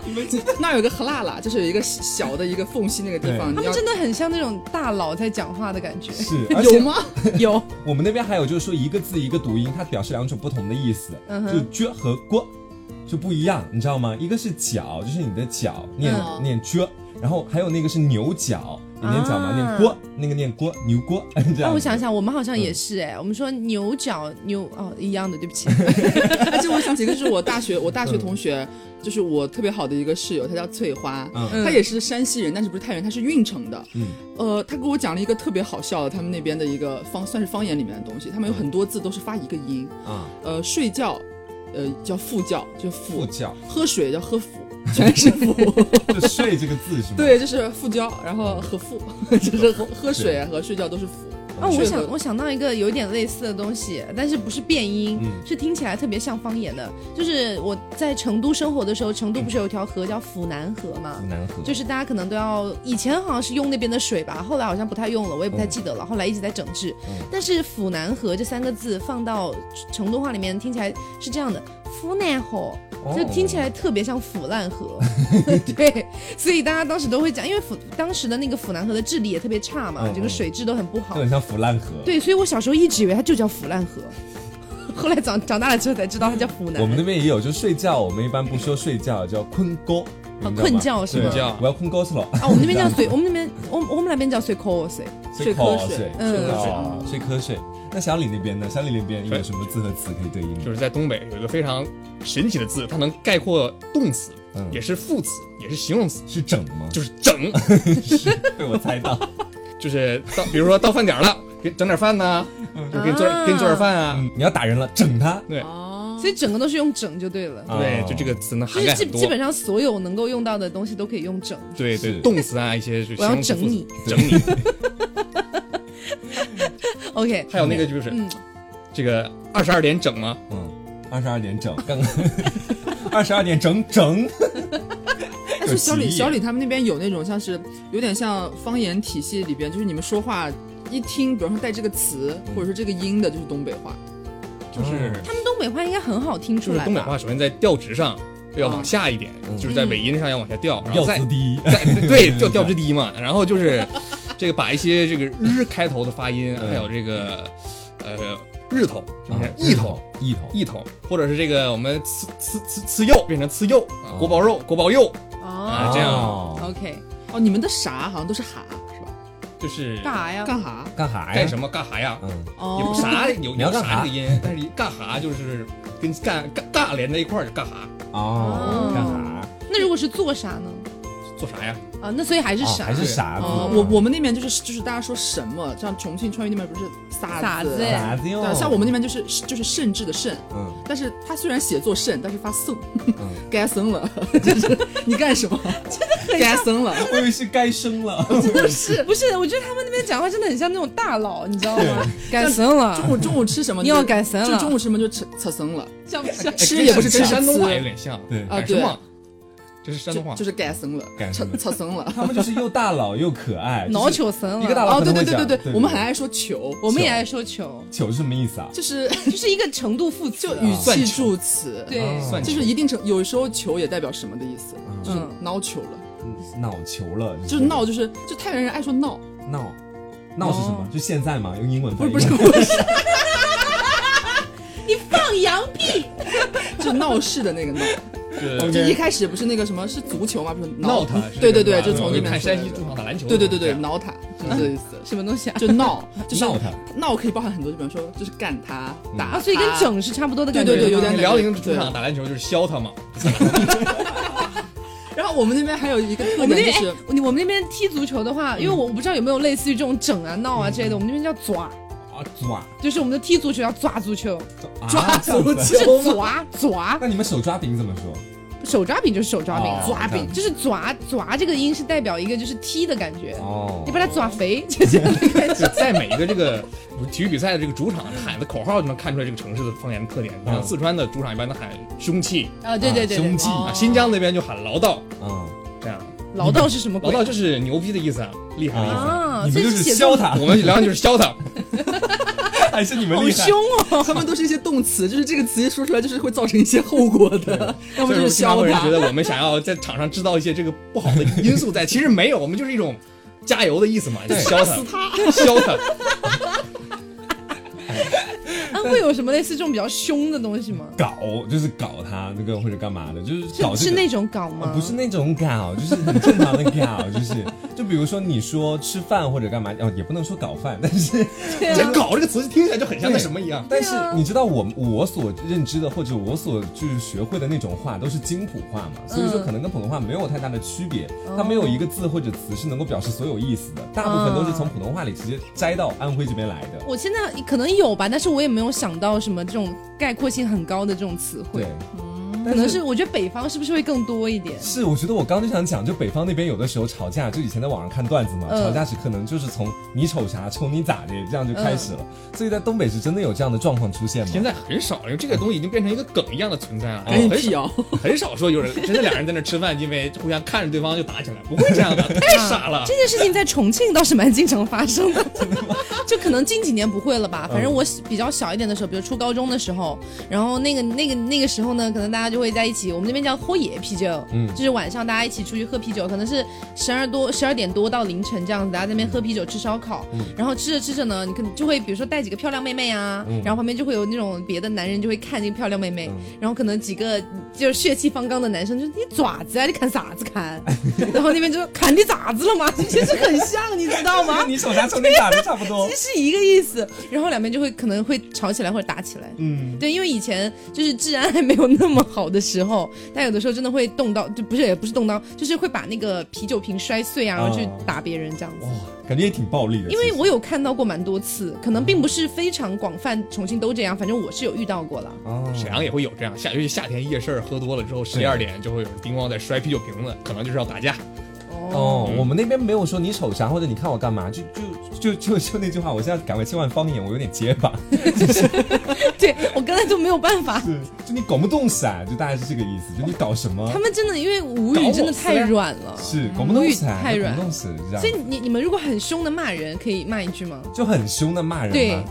[SPEAKER 3] 那儿有一个和辣辣，就是有一个小的一个缝隙那个地方，
[SPEAKER 1] 他
[SPEAKER 3] 你
[SPEAKER 1] 们
[SPEAKER 3] 要
[SPEAKER 1] 真的很像那种大佬在讲话的感觉。
[SPEAKER 2] 是， 而
[SPEAKER 3] 有
[SPEAKER 2] 且
[SPEAKER 3] 吗？
[SPEAKER 1] 有，
[SPEAKER 2] 我们那边还有就是说一个字一个读音，它表示两种不同的意思，
[SPEAKER 1] 嗯
[SPEAKER 2] 就
[SPEAKER 1] 哼，
[SPEAKER 2] 撅和锅就不一样，你知道吗？一个是脚，就是你的脚念、
[SPEAKER 1] 哦
[SPEAKER 3] 嗯
[SPEAKER 2] 念撅，然后还有那个是牛角，你念脚吗？
[SPEAKER 1] 啊
[SPEAKER 2] 念锅，那个念锅牛锅， 这
[SPEAKER 1] 那
[SPEAKER 2] 样。
[SPEAKER 1] 哦
[SPEAKER 2] 嗯
[SPEAKER 1] 我想，想，我们好像也是哎，我们说牛角牛哦一样的，对不 起。
[SPEAKER 3] 而且我想起一个，就是我大学我大学同学，就是我特别好的一个室友，她叫翠花，
[SPEAKER 2] 嗯
[SPEAKER 1] 嗯
[SPEAKER 3] 她也是山西人，但是不是太原，她是运城的。
[SPEAKER 2] 嗯
[SPEAKER 3] 呃，她给我讲了一个特别好笑的，他们那边的一个方算是方言里面的东西，他们有很多字都是发一个音。
[SPEAKER 2] 啊，
[SPEAKER 3] 呃，睡觉，呃叫副觉，就
[SPEAKER 2] 副
[SPEAKER 3] 副；
[SPEAKER 2] 教
[SPEAKER 3] 喝水叫喝腹，全是腹。
[SPEAKER 2] 就睡这个字是吗？
[SPEAKER 3] 对，就是副交，然后和腹， 就是喝喝水啊和睡觉都是腹。
[SPEAKER 1] 哦，我
[SPEAKER 3] 睡
[SPEAKER 1] 想
[SPEAKER 3] 和
[SPEAKER 1] 我想到一个有点类似的东西，但是不是变音，
[SPEAKER 2] 嗯
[SPEAKER 1] 是听起来特别像方言的。就是我在成都生活的时候，成都不是有一条河叫府南河吗？
[SPEAKER 2] 湖南河
[SPEAKER 1] 就是大家可能都要，以前好像是用那边的水吧，后来好像不太用了，我也不太记得了，后来一直在整治。
[SPEAKER 2] 嗯
[SPEAKER 1] 但是“府南河”这三个字放到成都话里面，听起来是这样的：“府南河”，
[SPEAKER 2] 哦
[SPEAKER 4] 哦
[SPEAKER 1] 就听起
[SPEAKER 2] 来
[SPEAKER 1] 来特别像腐烂 河。对，所以大家当时都会讲，因为腐当时的那个腐南河的治理也特别差嘛，
[SPEAKER 2] 嗯
[SPEAKER 1] 这个水质都很不好
[SPEAKER 2] 就。很像腐烂河。，
[SPEAKER 1] 对，所以我小时候一直以为它就叫腐烂河， 后来长长大了之后才知道它叫湖南。
[SPEAKER 2] 我们那边也有，就睡觉，我们一般不说睡觉，叫困沟。你知道吗
[SPEAKER 1] 啊困觉是吗
[SPEAKER 2] 对
[SPEAKER 4] 困觉
[SPEAKER 2] 我要困沟去了。
[SPEAKER 1] 啊，我们那 边叫水，我们那边我我们那边叫水口水。
[SPEAKER 2] 睡
[SPEAKER 3] 瞌
[SPEAKER 2] 瞌
[SPEAKER 3] 睡
[SPEAKER 2] 睡，
[SPEAKER 1] 嗯
[SPEAKER 2] 睡
[SPEAKER 3] 瞌
[SPEAKER 2] 睡瞌睡。那小李那边呢？小李那边有什么字和词可以对应
[SPEAKER 4] 就
[SPEAKER 2] 的？
[SPEAKER 4] 是在东北有一个非常神奇的字，它能概括动词，
[SPEAKER 2] 嗯
[SPEAKER 4] 也是副词，也是形容词，
[SPEAKER 2] 是整吗？
[SPEAKER 4] 就是整，
[SPEAKER 2] 被我猜到。
[SPEAKER 4] 就是到比如说到饭点儿了，给整点饭呐、
[SPEAKER 1] 嗯
[SPEAKER 4] 就给你做点给你做点饭啊，
[SPEAKER 2] 嗯，你要打人了，整他。
[SPEAKER 4] 对
[SPEAKER 3] 哦
[SPEAKER 1] 所以整个都是用整就对了，
[SPEAKER 4] 对
[SPEAKER 2] 哦，
[SPEAKER 4] 就这个词能
[SPEAKER 1] 就
[SPEAKER 4] 啊涵
[SPEAKER 1] 是
[SPEAKER 4] 盖
[SPEAKER 1] 基
[SPEAKER 4] 很多
[SPEAKER 1] 基，本上所有能够用到的东西都可以用整。
[SPEAKER 4] 对对
[SPEAKER 2] 是，
[SPEAKER 4] 动词啊一些就
[SPEAKER 1] 我要
[SPEAKER 4] 形容词
[SPEAKER 1] 整你，
[SPEAKER 4] 副词整你，
[SPEAKER 1] OK，
[SPEAKER 4] 还有那个就是
[SPEAKER 1] 嗯，
[SPEAKER 4] 这个二十二点整吗？
[SPEAKER 2] 嗯，二十二点整，刚刚 二十二点整整。
[SPEAKER 3] 但是小李小李他们那边有那种像是有点像方言体系里边，就是你们说话一听，比方说带这个词或者说这个音的，就是东北话。
[SPEAKER 4] 就是
[SPEAKER 1] 他们东北话应该很好听
[SPEAKER 4] 就
[SPEAKER 1] 出
[SPEAKER 4] 是
[SPEAKER 1] 来
[SPEAKER 4] 东北
[SPEAKER 1] 吧？
[SPEAKER 4] 话，首先在调值上要往下一点，
[SPEAKER 2] 嗯
[SPEAKER 4] 就是在尾音上要往下调，然
[SPEAKER 2] 要
[SPEAKER 4] 后再
[SPEAKER 2] 死第一，
[SPEAKER 4] 再对调调值低嘛，然后就是这个把一些这个日开头的发音，
[SPEAKER 2] 嗯
[SPEAKER 4] 还有这个呃日头变
[SPEAKER 2] 啊
[SPEAKER 4] 成一头。，
[SPEAKER 2] 一头，
[SPEAKER 4] 一头，或者是这个我们吃吃吃吃肉变成吃肉啊，锅包肉锅包肉，
[SPEAKER 1] 哦
[SPEAKER 4] 啊这样
[SPEAKER 2] 样
[SPEAKER 1] OK，
[SPEAKER 3] 哦，你们的啥好像都是哈，是吧？
[SPEAKER 4] 就是
[SPEAKER 1] 干啥呀？
[SPEAKER 3] 干哈？
[SPEAKER 2] 干啥呀？
[SPEAKER 4] 干什么干啥呀？
[SPEAKER 2] 嗯，
[SPEAKER 1] 哦，
[SPEAKER 4] 有 啥有
[SPEAKER 2] 你要
[SPEAKER 4] 有
[SPEAKER 2] 干
[SPEAKER 4] 啥
[SPEAKER 2] 哈
[SPEAKER 4] 这个音，但是干啥就是跟干干干连在一块儿就干啥，
[SPEAKER 2] 哦
[SPEAKER 1] 哦，
[SPEAKER 2] 干啥？
[SPEAKER 1] 那如果是做啥呢？
[SPEAKER 4] 做啥呀？
[SPEAKER 1] 啊，那所以还是
[SPEAKER 2] 哦
[SPEAKER 1] 傻，
[SPEAKER 2] 还是傻子，
[SPEAKER 3] 啊，我我们那边就是就是大家说什么，像重庆、川渝那边不是撒
[SPEAKER 1] 撒
[SPEAKER 3] 子，
[SPEAKER 1] 子
[SPEAKER 3] 对，
[SPEAKER 2] 傻子哟，
[SPEAKER 3] 像我们那边就是就是甚至的甚，
[SPEAKER 2] 嗯
[SPEAKER 3] 但是他虽然写作甚，但是发送，
[SPEAKER 2] 嗯，
[SPEAKER 3] 该生了，就是你干什么？该 生了，
[SPEAKER 2] 我以为是该生了，
[SPEAKER 1] 不是 不是，我觉得他们那边讲话真的很像那种大佬，你知道吗？改神
[SPEAKER 3] 中
[SPEAKER 1] 了，
[SPEAKER 3] 午中午吃什么？
[SPEAKER 1] 你要改神
[SPEAKER 3] 就
[SPEAKER 1] 了，
[SPEAKER 3] 中哎午吃什么就吃吃生了，
[SPEAKER 1] 像不像？
[SPEAKER 3] 吃也不是
[SPEAKER 4] 哎跟
[SPEAKER 3] 吃
[SPEAKER 4] 山东话
[SPEAKER 3] 吃
[SPEAKER 4] 有点像，
[SPEAKER 2] 对啊
[SPEAKER 4] 干什
[SPEAKER 3] 对
[SPEAKER 4] 么？这是山
[SPEAKER 3] 就
[SPEAKER 4] 东话，
[SPEAKER 3] 就是该生了，
[SPEAKER 2] 该
[SPEAKER 3] 吃
[SPEAKER 2] 生了
[SPEAKER 3] 吃生了。
[SPEAKER 2] 他们就是又大佬又可 爱，
[SPEAKER 1] 脑
[SPEAKER 2] 就是
[SPEAKER 1] 球神 了，
[SPEAKER 2] 一个大佬
[SPEAKER 3] 哦，
[SPEAKER 2] 可
[SPEAKER 3] 对
[SPEAKER 2] 能
[SPEAKER 3] 对
[SPEAKER 2] 会
[SPEAKER 3] 对
[SPEAKER 2] 讲
[SPEAKER 3] 对
[SPEAKER 2] 对对
[SPEAKER 3] 我们很爱说球，
[SPEAKER 1] 我们也爱说球，
[SPEAKER 2] 球是什么意思啊？
[SPEAKER 3] 就是
[SPEAKER 1] 就是一个程度副词
[SPEAKER 3] 就
[SPEAKER 1] 啊，
[SPEAKER 3] 语
[SPEAKER 4] 算
[SPEAKER 3] 气
[SPEAKER 4] 球
[SPEAKER 3] 助词，
[SPEAKER 1] 对，
[SPEAKER 2] 啊
[SPEAKER 4] 算
[SPEAKER 3] 就是一定程有时候球也代表什么的意思，就是
[SPEAKER 1] 嗯
[SPEAKER 3] 闹球了，
[SPEAKER 2] 脑球了，你
[SPEAKER 3] 就
[SPEAKER 2] 说
[SPEAKER 3] 是闹，就是就太原人爱说闹，
[SPEAKER 2] 闹，闹是什么？就现在嘛，用英文
[SPEAKER 3] 不
[SPEAKER 2] 翻
[SPEAKER 3] 是
[SPEAKER 2] 译
[SPEAKER 3] 不是不是，
[SPEAKER 1] 你放羊屁，
[SPEAKER 3] 就闹事的那个闹。
[SPEAKER 4] 就是
[SPEAKER 3] 就一开始不是那个什么是足球吗？不是
[SPEAKER 4] 闹他
[SPEAKER 3] 他，
[SPEAKER 4] 是
[SPEAKER 3] 对
[SPEAKER 4] 这
[SPEAKER 3] 对
[SPEAKER 4] 个吧
[SPEAKER 3] 对，就从那边
[SPEAKER 4] 看
[SPEAKER 3] 出来
[SPEAKER 4] 山西
[SPEAKER 3] 的
[SPEAKER 4] 主场打篮球，
[SPEAKER 3] 对对对对，
[SPEAKER 4] 这样
[SPEAKER 3] 挠他就是这个意思，
[SPEAKER 1] 什么东 西啊？
[SPEAKER 3] 就闹，就是
[SPEAKER 2] 闹他
[SPEAKER 3] 闹可以包含很多，就比方说就是干他、打他
[SPEAKER 1] 啊，所以跟整是差不多的感觉，
[SPEAKER 3] 对对对有点
[SPEAKER 4] 你
[SPEAKER 3] 感觉
[SPEAKER 4] 辽宁主场打篮球就是削他嘛，
[SPEAKER 3] 然后我们那边还有一个
[SPEAKER 1] 我
[SPEAKER 3] 特
[SPEAKER 1] 们那
[SPEAKER 3] 点就
[SPEAKER 1] 边、
[SPEAKER 3] 是嗯
[SPEAKER 1] 哎，我们那边踢足球的话，因为我我不知道有没有类似于这种整啊、闹啊之类的，我们那边叫抓，
[SPEAKER 2] 啊抓
[SPEAKER 1] 就是我们的踢足球要抓足 球，
[SPEAKER 2] 抓
[SPEAKER 3] 足
[SPEAKER 1] 就
[SPEAKER 3] 球
[SPEAKER 1] 是抓抓，
[SPEAKER 2] 那你们手抓饼怎么说？
[SPEAKER 1] 手抓饼就是手抓饼，
[SPEAKER 2] 哦
[SPEAKER 1] 抓饼就是抓抓这个音是代表一个就是踢的感觉，
[SPEAKER 2] 哦
[SPEAKER 1] 你，把它抓肥， 就这样的感觉。
[SPEAKER 4] 就在每一个这个体育比赛的这个主场喊的口号，就能看出来这个城市的方言特点。你像四川的主场一般都喊凶器
[SPEAKER 1] 啊，对对对对
[SPEAKER 2] 啊，凶
[SPEAKER 3] 哦
[SPEAKER 4] 啊，新疆那边就喊唠叨，
[SPEAKER 2] 嗯，
[SPEAKER 4] 这样
[SPEAKER 1] 老道是什么
[SPEAKER 4] 唠
[SPEAKER 1] 鬼？
[SPEAKER 4] 叨就是牛逼的意思啊，厉害的意思。
[SPEAKER 1] 啊
[SPEAKER 2] 你们就
[SPEAKER 1] 这是
[SPEAKER 2] 是
[SPEAKER 1] 写作
[SPEAKER 2] 削他，
[SPEAKER 4] 我们辽宁就是削他，
[SPEAKER 2] 还是你们
[SPEAKER 1] 好
[SPEAKER 2] 厉害
[SPEAKER 1] 凶。哦！
[SPEAKER 3] 他们都是一些动词，就是这个词一说出来就是会造成一些后果的， 要么就
[SPEAKER 4] 所以说
[SPEAKER 3] 是
[SPEAKER 4] 新加
[SPEAKER 3] 削
[SPEAKER 4] 坡人
[SPEAKER 3] 他
[SPEAKER 4] 觉。得我们想要在场上制造一些这个不好的因素在，其实没有，我们就是一种加油的意思嘛，就
[SPEAKER 2] 对
[SPEAKER 4] 削他，削他。
[SPEAKER 1] 啊，会有什么类似这种比较凶的东西吗？
[SPEAKER 2] 搞就是搞他那个或者干嘛的，就是搞
[SPEAKER 1] 是
[SPEAKER 2] 这
[SPEAKER 1] 是
[SPEAKER 2] 个
[SPEAKER 1] 那种搞吗？
[SPEAKER 2] 啊不是那种搞，就是很正常的搞，就是就比如说你说吃饭或者干嘛，哦也不能说搞饭，但是
[SPEAKER 1] 对啊
[SPEAKER 4] 这“搞”这个词听起来就很像那什么一样。
[SPEAKER 2] 但是你知道我我所认知的或者我所就是学会的那种话都是京普话嘛，所以说可能跟普通话没有太大的区别，
[SPEAKER 1] 嗯
[SPEAKER 2] 它没有一个字或者词是能够表示所有意思的，大部分都是从普通话里直接摘到安徽这边来的。
[SPEAKER 1] 我现在可能有吧，但是我也没有想到什么这种概括性很高的这种词汇
[SPEAKER 2] 对。，
[SPEAKER 1] 可能是我觉得北方是不是会更多一点？
[SPEAKER 2] 是，我觉得我刚就想讲，就北方那边有的时候吵架，就以前在网上看段子嘛，
[SPEAKER 1] 嗯
[SPEAKER 2] 吵架时可能就是从你瞅啥，瞅你咋的，这样就
[SPEAKER 1] 嗯
[SPEAKER 2] 开始了。所以在东北是真的有这样的状况出现
[SPEAKER 4] 现
[SPEAKER 2] 吗？
[SPEAKER 4] 在很少，因为这个东西已经变成一个梗一样的存在了。
[SPEAKER 3] 赶紧
[SPEAKER 4] 很
[SPEAKER 3] 辟
[SPEAKER 4] 少
[SPEAKER 3] 谣！。
[SPEAKER 4] 很少说有人真的两人在那吃饭，因为互相看着对方就打起来，不会这样的，太傻了。
[SPEAKER 1] 这件事情在重庆倒是蛮经常发生的，就可能近几年不会了吧。反正我比较小一点的时候，比如初高中的时候，然后那个那个那个时候呢，可能大家就会在一起，我们那边叫喝野啤酒，
[SPEAKER 2] 嗯
[SPEAKER 1] 就是晚上大家一起出去喝啤酒，可能是十二多十二点多到凌晨这样子，大家在那边喝啤酒吃烧烤，
[SPEAKER 2] 嗯
[SPEAKER 1] 然后吃着吃着呢，你可能就会比如说带几个漂亮妹妹啊，
[SPEAKER 2] 嗯
[SPEAKER 1] 然后旁边就会有那种别的男人就会看这个漂亮妹妹，
[SPEAKER 2] 嗯
[SPEAKER 1] 然后可能几个就是血气方刚的男生就你爪子啊，你砍啥子 砍？然后那边就说砍你爪子了吗？ 其实很像，你知道吗
[SPEAKER 2] 跟？ 你瞅啥，瞅你咋的，差不 多
[SPEAKER 1] 其。实是一个意思，然后两边就会可能会吵起来或者打起来。
[SPEAKER 2] 嗯，
[SPEAKER 1] 对，因为以前就是治安还没有那么好的时候，但有的时候真的会动刀，就不是也不是动刀，就是会把那个啤酒瓶摔碎啊，然后去
[SPEAKER 2] 哦
[SPEAKER 1] 打别人这样子
[SPEAKER 2] 哇。，感觉也挺暴力的。
[SPEAKER 1] 因为
[SPEAKER 2] 其实
[SPEAKER 1] 我有看到过蛮多次，可能并不是非常广泛，重庆都这样，反正我是有遇到过了。
[SPEAKER 2] 哦，
[SPEAKER 4] 沈阳也会有这样，夏尤其夏天夜市喝多了之后，十一二点就会有人叮咣在摔啤酒瓶子，可能就是要打架。
[SPEAKER 2] 哦，
[SPEAKER 1] 嗯
[SPEAKER 2] 我们那边没有说你瞅啥或者你看我干嘛，就就就就就那句话，我现在赶快切换方言，我有点结巴。
[SPEAKER 1] 对我刚才就没有办 法，
[SPEAKER 2] 是，就你搞不动闪，就大概是这个意思，就你搞什么
[SPEAKER 1] 他。们真的因为吴
[SPEAKER 4] 搞
[SPEAKER 1] 语
[SPEAKER 4] 我
[SPEAKER 1] 真的
[SPEAKER 4] 死
[SPEAKER 1] 太
[SPEAKER 4] 呀
[SPEAKER 1] 软了，
[SPEAKER 2] 是搞不动
[SPEAKER 1] 母
[SPEAKER 2] 闪，
[SPEAKER 1] 语太
[SPEAKER 2] 就
[SPEAKER 1] 软
[SPEAKER 2] 搞不动闪，这样
[SPEAKER 1] 所以你你们如果很凶的骂人，可以骂一句吗？
[SPEAKER 2] 就很凶的骂人
[SPEAKER 1] 对
[SPEAKER 2] 吗？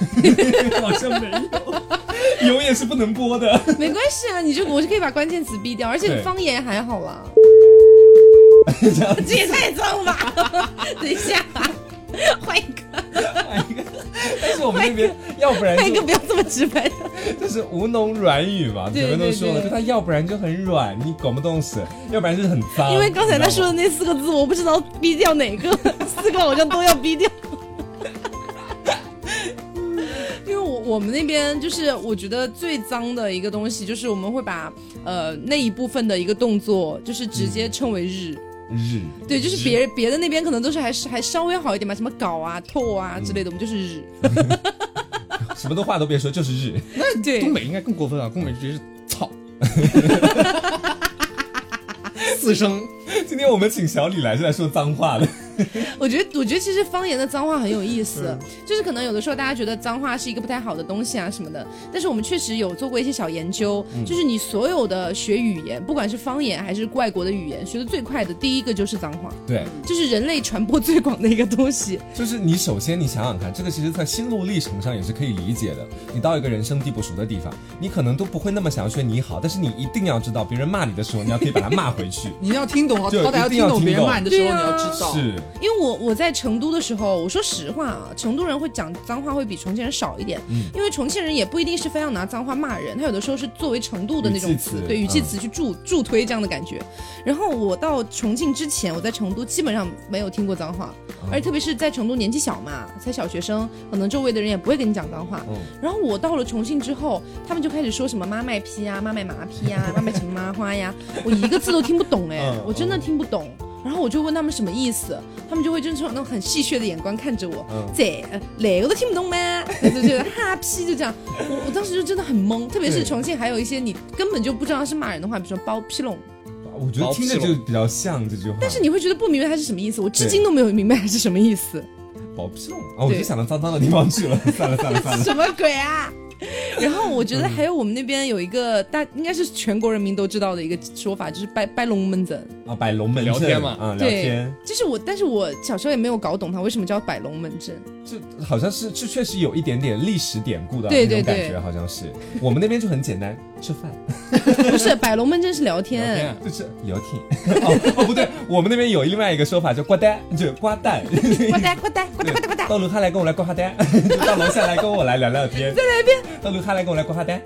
[SPEAKER 2] 好像没有，有也是不能播的。
[SPEAKER 1] 没关系啊，你就我就可以把关键词逼掉，而且
[SPEAKER 2] 对
[SPEAKER 1] 方言还好啦。
[SPEAKER 2] 这样
[SPEAKER 1] 这也太脏了吧！ 等一下，换一个，
[SPEAKER 2] 换一个，但是我们 那边要不然
[SPEAKER 1] 换一个，
[SPEAKER 2] 哎就
[SPEAKER 1] 不要这么直白的。
[SPEAKER 2] 就是吴侬软语嘛，
[SPEAKER 1] 对
[SPEAKER 2] 前面都说
[SPEAKER 1] 对
[SPEAKER 2] 了，
[SPEAKER 1] 对
[SPEAKER 2] 就他要不然就很软，你搞不动死；要不然就是很脏。
[SPEAKER 1] 因为刚才他说的
[SPEAKER 2] 你
[SPEAKER 1] 啊那四个字，我不知道逼掉哪个， 四个好像都要逼掉。因为我我们那边就是我觉得最脏的一个东西，就是我们会把呃那一部分的一个动作，就是直接称为日。
[SPEAKER 2] 日
[SPEAKER 1] 对，就是别别的那边可能都是还是还稍微好一点吧，什么搞啊、透啊之类的，我们就是日。
[SPEAKER 2] 什么的话都别说，就是日。
[SPEAKER 1] 对，
[SPEAKER 4] 东北应该更过分啊，东北直接是操，四声
[SPEAKER 2] 今天我们请小李来是来说脏 话的，
[SPEAKER 1] 我觉得，我觉得其实方言的脏话很有意思，就是可能有的时候大家觉得脏话是一个不太好的东西啊什么的，但是我们确实有做过一些小研究，就是你所有的学语言，不管是方言还是外国的语言，学的最快的第一个就是脏话，
[SPEAKER 2] 对，
[SPEAKER 1] 就是人类传播最广的一个东西。
[SPEAKER 2] 就是你首先你想想看，这个其实在心路历程上也是可以理解的。你到一个人生地不熟的地方，你可能都不会那么想要学你好，但是你一定要知道，别人骂你的时候，你要可以把他骂 回去
[SPEAKER 3] 你要听懂，好
[SPEAKER 2] 就
[SPEAKER 3] 歹
[SPEAKER 2] 一定
[SPEAKER 3] 要听
[SPEAKER 2] 要
[SPEAKER 3] 懂
[SPEAKER 2] 听
[SPEAKER 3] 别人
[SPEAKER 2] 懂
[SPEAKER 3] 骂你的时候，
[SPEAKER 1] 对
[SPEAKER 3] 你
[SPEAKER 1] 啊
[SPEAKER 3] 要知道。
[SPEAKER 2] 是，
[SPEAKER 1] 因为我我在成都的时候，我说实话啊，成都人会讲脏话会比重庆人少一点，
[SPEAKER 2] 嗯
[SPEAKER 1] 因为重庆人也不一定是非要拿脏话骂人，他有的时候是作为程度的那
[SPEAKER 2] 语
[SPEAKER 1] 种
[SPEAKER 2] 气词
[SPEAKER 1] 对语气
[SPEAKER 2] 嗯
[SPEAKER 1] 词去助、助推这样的感觉。然后我到重庆之前，我在成都基本上没有听过脏话，
[SPEAKER 2] 嗯
[SPEAKER 1] 而且特别是在成都年纪小嘛，才小学生，可能周围的人也不会跟你讲脏话。
[SPEAKER 2] 嗯
[SPEAKER 1] 然后我到了重庆之后，他们就开始说什么妈卖批啊，妈卖麻批 啊，妈卖什么麻花呀，我一个字都听不懂哎、
[SPEAKER 2] 嗯
[SPEAKER 1] 我真的听不懂。然后我就问他们什么意思，他们就会就是用那种很戏谑的眼光看着我，
[SPEAKER 2] 嗯
[SPEAKER 1] 这哪个都听不懂吗？就觉得哈批就这样，我我当时就真的很懵，特别是
[SPEAKER 2] 对
[SPEAKER 1] 重庆还有一些你根本就不知道是骂人的话，比如说包批
[SPEAKER 2] 啊
[SPEAKER 1] 弄，
[SPEAKER 2] 我觉得听着就比较像这句话。
[SPEAKER 1] 但是你会觉得不明白它是什么意思，我至今都没有明白它是什么意思，
[SPEAKER 2] 保屁龙 啊，我就想到脏脏的地方去了，算了算了算 了。
[SPEAKER 1] 什么鬼啊？然后我觉
[SPEAKER 2] 嗯
[SPEAKER 1] 得还有我们那边有一个大，应该是全国人民都知道的一个说法，就是掰掰龙门阵。
[SPEAKER 2] 啊，摆龙门
[SPEAKER 4] 聊
[SPEAKER 2] 阵
[SPEAKER 4] 天嘛
[SPEAKER 2] 啊，聊
[SPEAKER 1] 对
[SPEAKER 2] 天，，
[SPEAKER 1] 就是我，但是我小时候也没有搞懂它为什么叫摆龙门 阵。
[SPEAKER 2] 这好像是这确实有一点点历史典故的
[SPEAKER 1] 对
[SPEAKER 2] 那
[SPEAKER 1] 对
[SPEAKER 2] 种感
[SPEAKER 1] 对
[SPEAKER 2] 觉，好像是。我们那边就很简单，吃饭
[SPEAKER 1] 不是摆龙门阵是聊
[SPEAKER 4] 聊天
[SPEAKER 1] 天
[SPEAKER 4] 啊，
[SPEAKER 2] 就是聊天。 哦哦，不对，我们那边有另外一个说法叫瓜蛋，就瓜蛋。
[SPEAKER 1] 呱嗒呱嗒呱嗒呱嗒呱嗒。
[SPEAKER 2] 到楼下来跟我来挂哈单， 就到楼下来跟我来聊聊天。在哪边？到楼下来跟我来挂哈 单。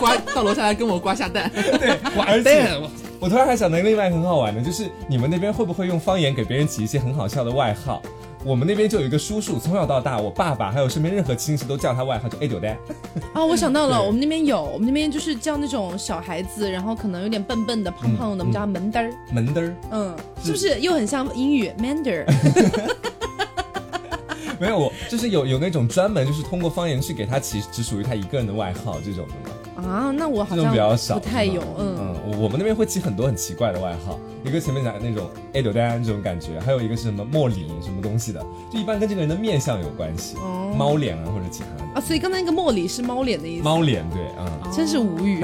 [SPEAKER 3] 刮到楼下来跟我刮下蛋，
[SPEAKER 4] 哇
[SPEAKER 2] 而且
[SPEAKER 4] 蛋，哇
[SPEAKER 2] 我突然还想到另外一个很好玩的，就是你们那边会不会用方言给别人起一些很好笑的外号？我们那边就有一个叔叔，从小到大，我爸爸还有身边任何亲戚都叫他外号叫 A 九呆，
[SPEAKER 1] 啊，我想到了，
[SPEAKER 2] 对
[SPEAKER 1] 我们那边有，我们那边就是叫那种小孩子，然后可能有点笨笨的、胖胖
[SPEAKER 2] 嗯
[SPEAKER 1] 的，我们叫他门嘚儿，
[SPEAKER 2] 门嘚儿。
[SPEAKER 1] 嗯，是不是又很像英语 mander？
[SPEAKER 2] 没有，我就是有有那种专门就是通过方言去给他起只属于他一个人的外号这种的吗？
[SPEAKER 1] 啊，那我好
[SPEAKER 2] 这种比较少，
[SPEAKER 1] 像不太
[SPEAKER 2] 是吧
[SPEAKER 1] 有，嗯，
[SPEAKER 2] 嗯，我我们那边会起很多很奇怪的外号，一个前面讲的那种 A 柳丹这种感觉，还有一个是什么莫里什么东西的，就一般跟这个人的面相有关系，
[SPEAKER 1] 哦
[SPEAKER 2] 猫脸啊或者其他的。
[SPEAKER 1] 啊，所以刚才那个莫里是猫脸的意思，
[SPEAKER 2] 猫脸对啊、
[SPEAKER 1] 真是无 语。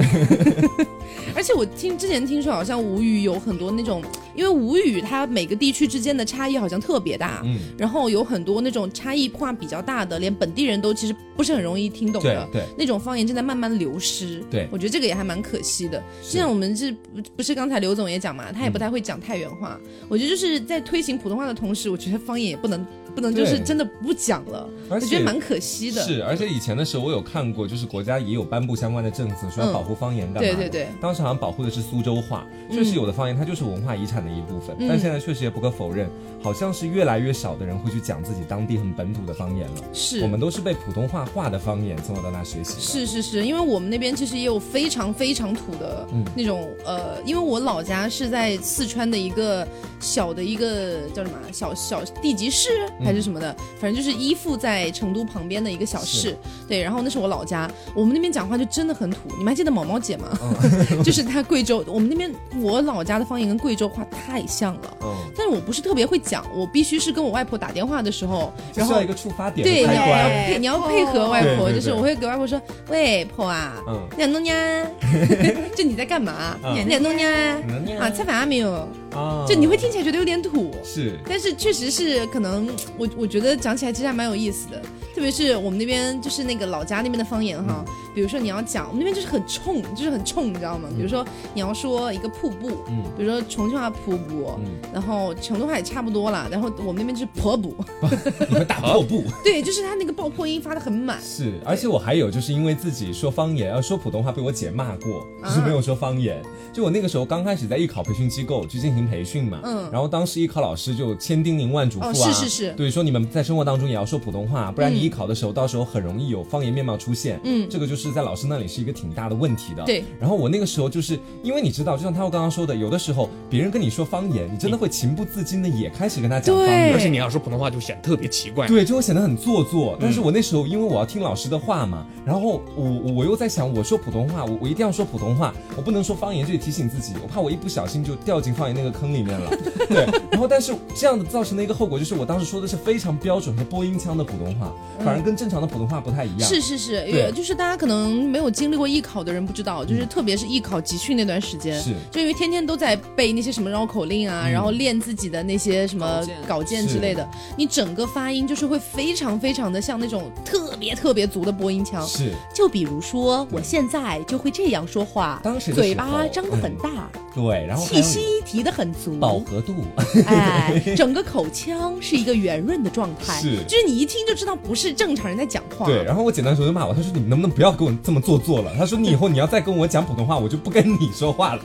[SPEAKER 1] 而且我听之前听说，好像吴语有很多那种，因为吴语它每个地区之间的差异好像特别大，
[SPEAKER 2] 嗯
[SPEAKER 1] 然后有很多那种差异化比较大的，连本地人都其实不是很容易听懂的，
[SPEAKER 2] 对对
[SPEAKER 1] 那种方言正在慢慢流失。
[SPEAKER 2] 对
[SPEAKER 1] 我觉得这个也还蛮可惜的。
[SPEAKER 2] 是嗯
[SPEAKER 1] 现在我们这不不是刚才刘总也讲嘛，他也不太会讲太原话。我觉得就是在推行普通话的同时，我觉得方言也不能不能就是
[SPEAKER 2] 对
[SPEAKER 1] 真的不讲了，我
[SPEAKER 2] 而且
[SPEAKER 1] 觉得蛮可惜的。
[SPEAKER 2] 是，而且以前的时候我有看过，就是国家也有颁布相关的政策，说要
[SPEAKER 1] 嗯
[SPEAKER 2] 保护方言干嘛、
[SPEAKER 1] 对对对。
[SPEAKER 2] 当时好像保护的是苏州话，确实有的方言它就是文化遗产的一部分，
[SPEAKER 1] 嗯
[SPEAKER 2] 但现在确实也不可否认，好像是越来越少的人会去讲自己当地很本土的方言了。
[SPEAKER 1] 是
[SPEAKER 2] 我们都是被普通话化的方言从小到大学习的。
[SPEAKER 1] 是是是，因为我们那边其实也有非常非常土的那种、呃，因为我老家是在四川的一个小的一个叫什么啊小小地级市还是什么的，反正就是依附在成都旁边的一个小市。
[SPEAKER 2] 是
[SPEAKER 1] 对，然后那是我老家，我们那边讲话就真的很土。你们还记得毛毛姐吗？ 就是她贵州，我们那边我老家的方言跟贵州话太像了。
[SPEAKER 2] 嗯，
[SPEAKER 1] 但是我不是特别会讲，我必须是跟我外婆打电话的时候，
[SPEAKER 2] 就
[SPEAKER 1] 然后
[SPEAKER 2] 需要一个触发点
[SPEAKER 1] 对，
[SPEAKER 2] 的
[SPEAKER 1] 你
[SPEAKER 2] 开
[SPEAKER 1] 要
[SPEAKER 5] 对
[SPEAKER 2] 关。
[SPEAKER 1] 配你要配合外婆，
[SPEAKER 2] 对对对
[SPEAKER 1] 就是我会给外婆说：“喂，婆啊，
[SPEAKER 2] 嗯
[SPEAKER 1] 你想弄 呀？就你在干嘛？
[SPEAKER 2] 嗯
[SPEAKER 1] 你想弄呀？
[SPEAKER 2] 能呀
[SPEAKER 1] 啊，吃饭了没有？
[SPEAKER 2] 嗯啊
[SPEAKER 1] 就你会听起来觉得有点土，
[SPEAKER 2] 是
[SPEAKER 1] 但是确实是可能我我觉得讲起来其实还蛮有意思的，特别是我们那边就是那个老家那边的方言哈，
[SPEAKER 2] 嗯
[SPEAKER 1] 比如说你要讲我们那边就是很冲，就是很冲，你知道吗？比如说你要说一个瀑布，
[SPEAKER 2] 嗯
[SPEAKER 1] 比如说重庆话瀑布，
[SPEAKER 2] 嗯
[SPEAKER 1] 然后成都话也差不多啦，然后我们那边就是婆布，
[SPEAKER 2] 你会打破布。
[SPEAKER 1] 对，就是他那个爆破音发的很满。
[SPEAKER 2] 是，而且我还有就是因为自己说方言，呃，说普通话被我姐骂过，
[SPEAKER 1] 啊
[SPEAKER 2] 就是没有说方言。就我那个时候刚开始在艺考培训机构去进行培训嘛，
[SPEAKER 1] 嗯
[SPEAKER 2] 然后当时艺考老师就千叮咛万嘱咐啊，
[SPEAKER 1] 哦是是是
[SPEAKER 2] 对，说你们在生活当中也要说普通话，不然你艺考的时候，到时候很容易有方言面貌出现。
[SPEAKER 1] 嗯
[SPEAKER 2] 这个就是在老师那里是一个挺大的问题的。
[SPEAKER 1] 对。
[SPEAKER 2] 然后我那个时候就是因为你知道，就像他刚刚说的，有的时候别人跟你说方言，你真的会情不自禁的也开始跟他讲方
[SPEAKER 1] 对
[SPEAKER 2] 言
[SPEAKER 4] 而。且你要说普通话就显得特别奇怪。
[SPEAKER 2] 对，就会显得很做作。但是我那时候因为我要听老师的话嘛，然后我我我又在想，我说普通话，我我一定要说普通话，我不能说方言，这也提醒自己，我怕我一不小心就掉进方言那个坑里面了。对，然后但是这样的造成的一个后果就是，我当时说的是非常标准和播音腔的普通话，反而跟正常的普通话不太一样。
[SPEAKER 1] 是是是，
[SPEAKER 2] 对嗯
[SPEAKER 1] 也就是大家可能没有经历过艺考的人不知道，就是特别是艺考集训那段时间，
[SPEAKER 2] 是嗯
[SPEAKER 1] 就因为天天都在背那些什么绕口令啊，然后练自己的那些什么
[SPEAKER 3] 稿件
[SPEAKER 1] 稿件之类的，你整个发音就是会非常非常的像那种特别特别足的播音腔。
[SPEAKER 2] 是，
[SPEAKER 1] 就比如说，我现在就会这样说话，
[SPEAKER 2] 当时的时候
[SPEAKER 1] 嘴巴张得很大，
[SPEAKER 2] 对，然后还
[SPEAKER 1] 气
[SPEAKER 2] 有
[SPEAKER 1] 息提得很足，
[SPEAKER 2] 饱和度，
[SPEAKER 1] 哎，整个口腔是一个圆润的状态，
[SPEAKER 2] 是
[SPEAKER 1] 就是你一听就知道不是正常人在讲话。
[SPEAKER 2] 对。然后我简单的时候就骂我，他说你能不能不要跟我这么做作了？他说你以后你要再跟我讲普通话，我就不跟你说话了。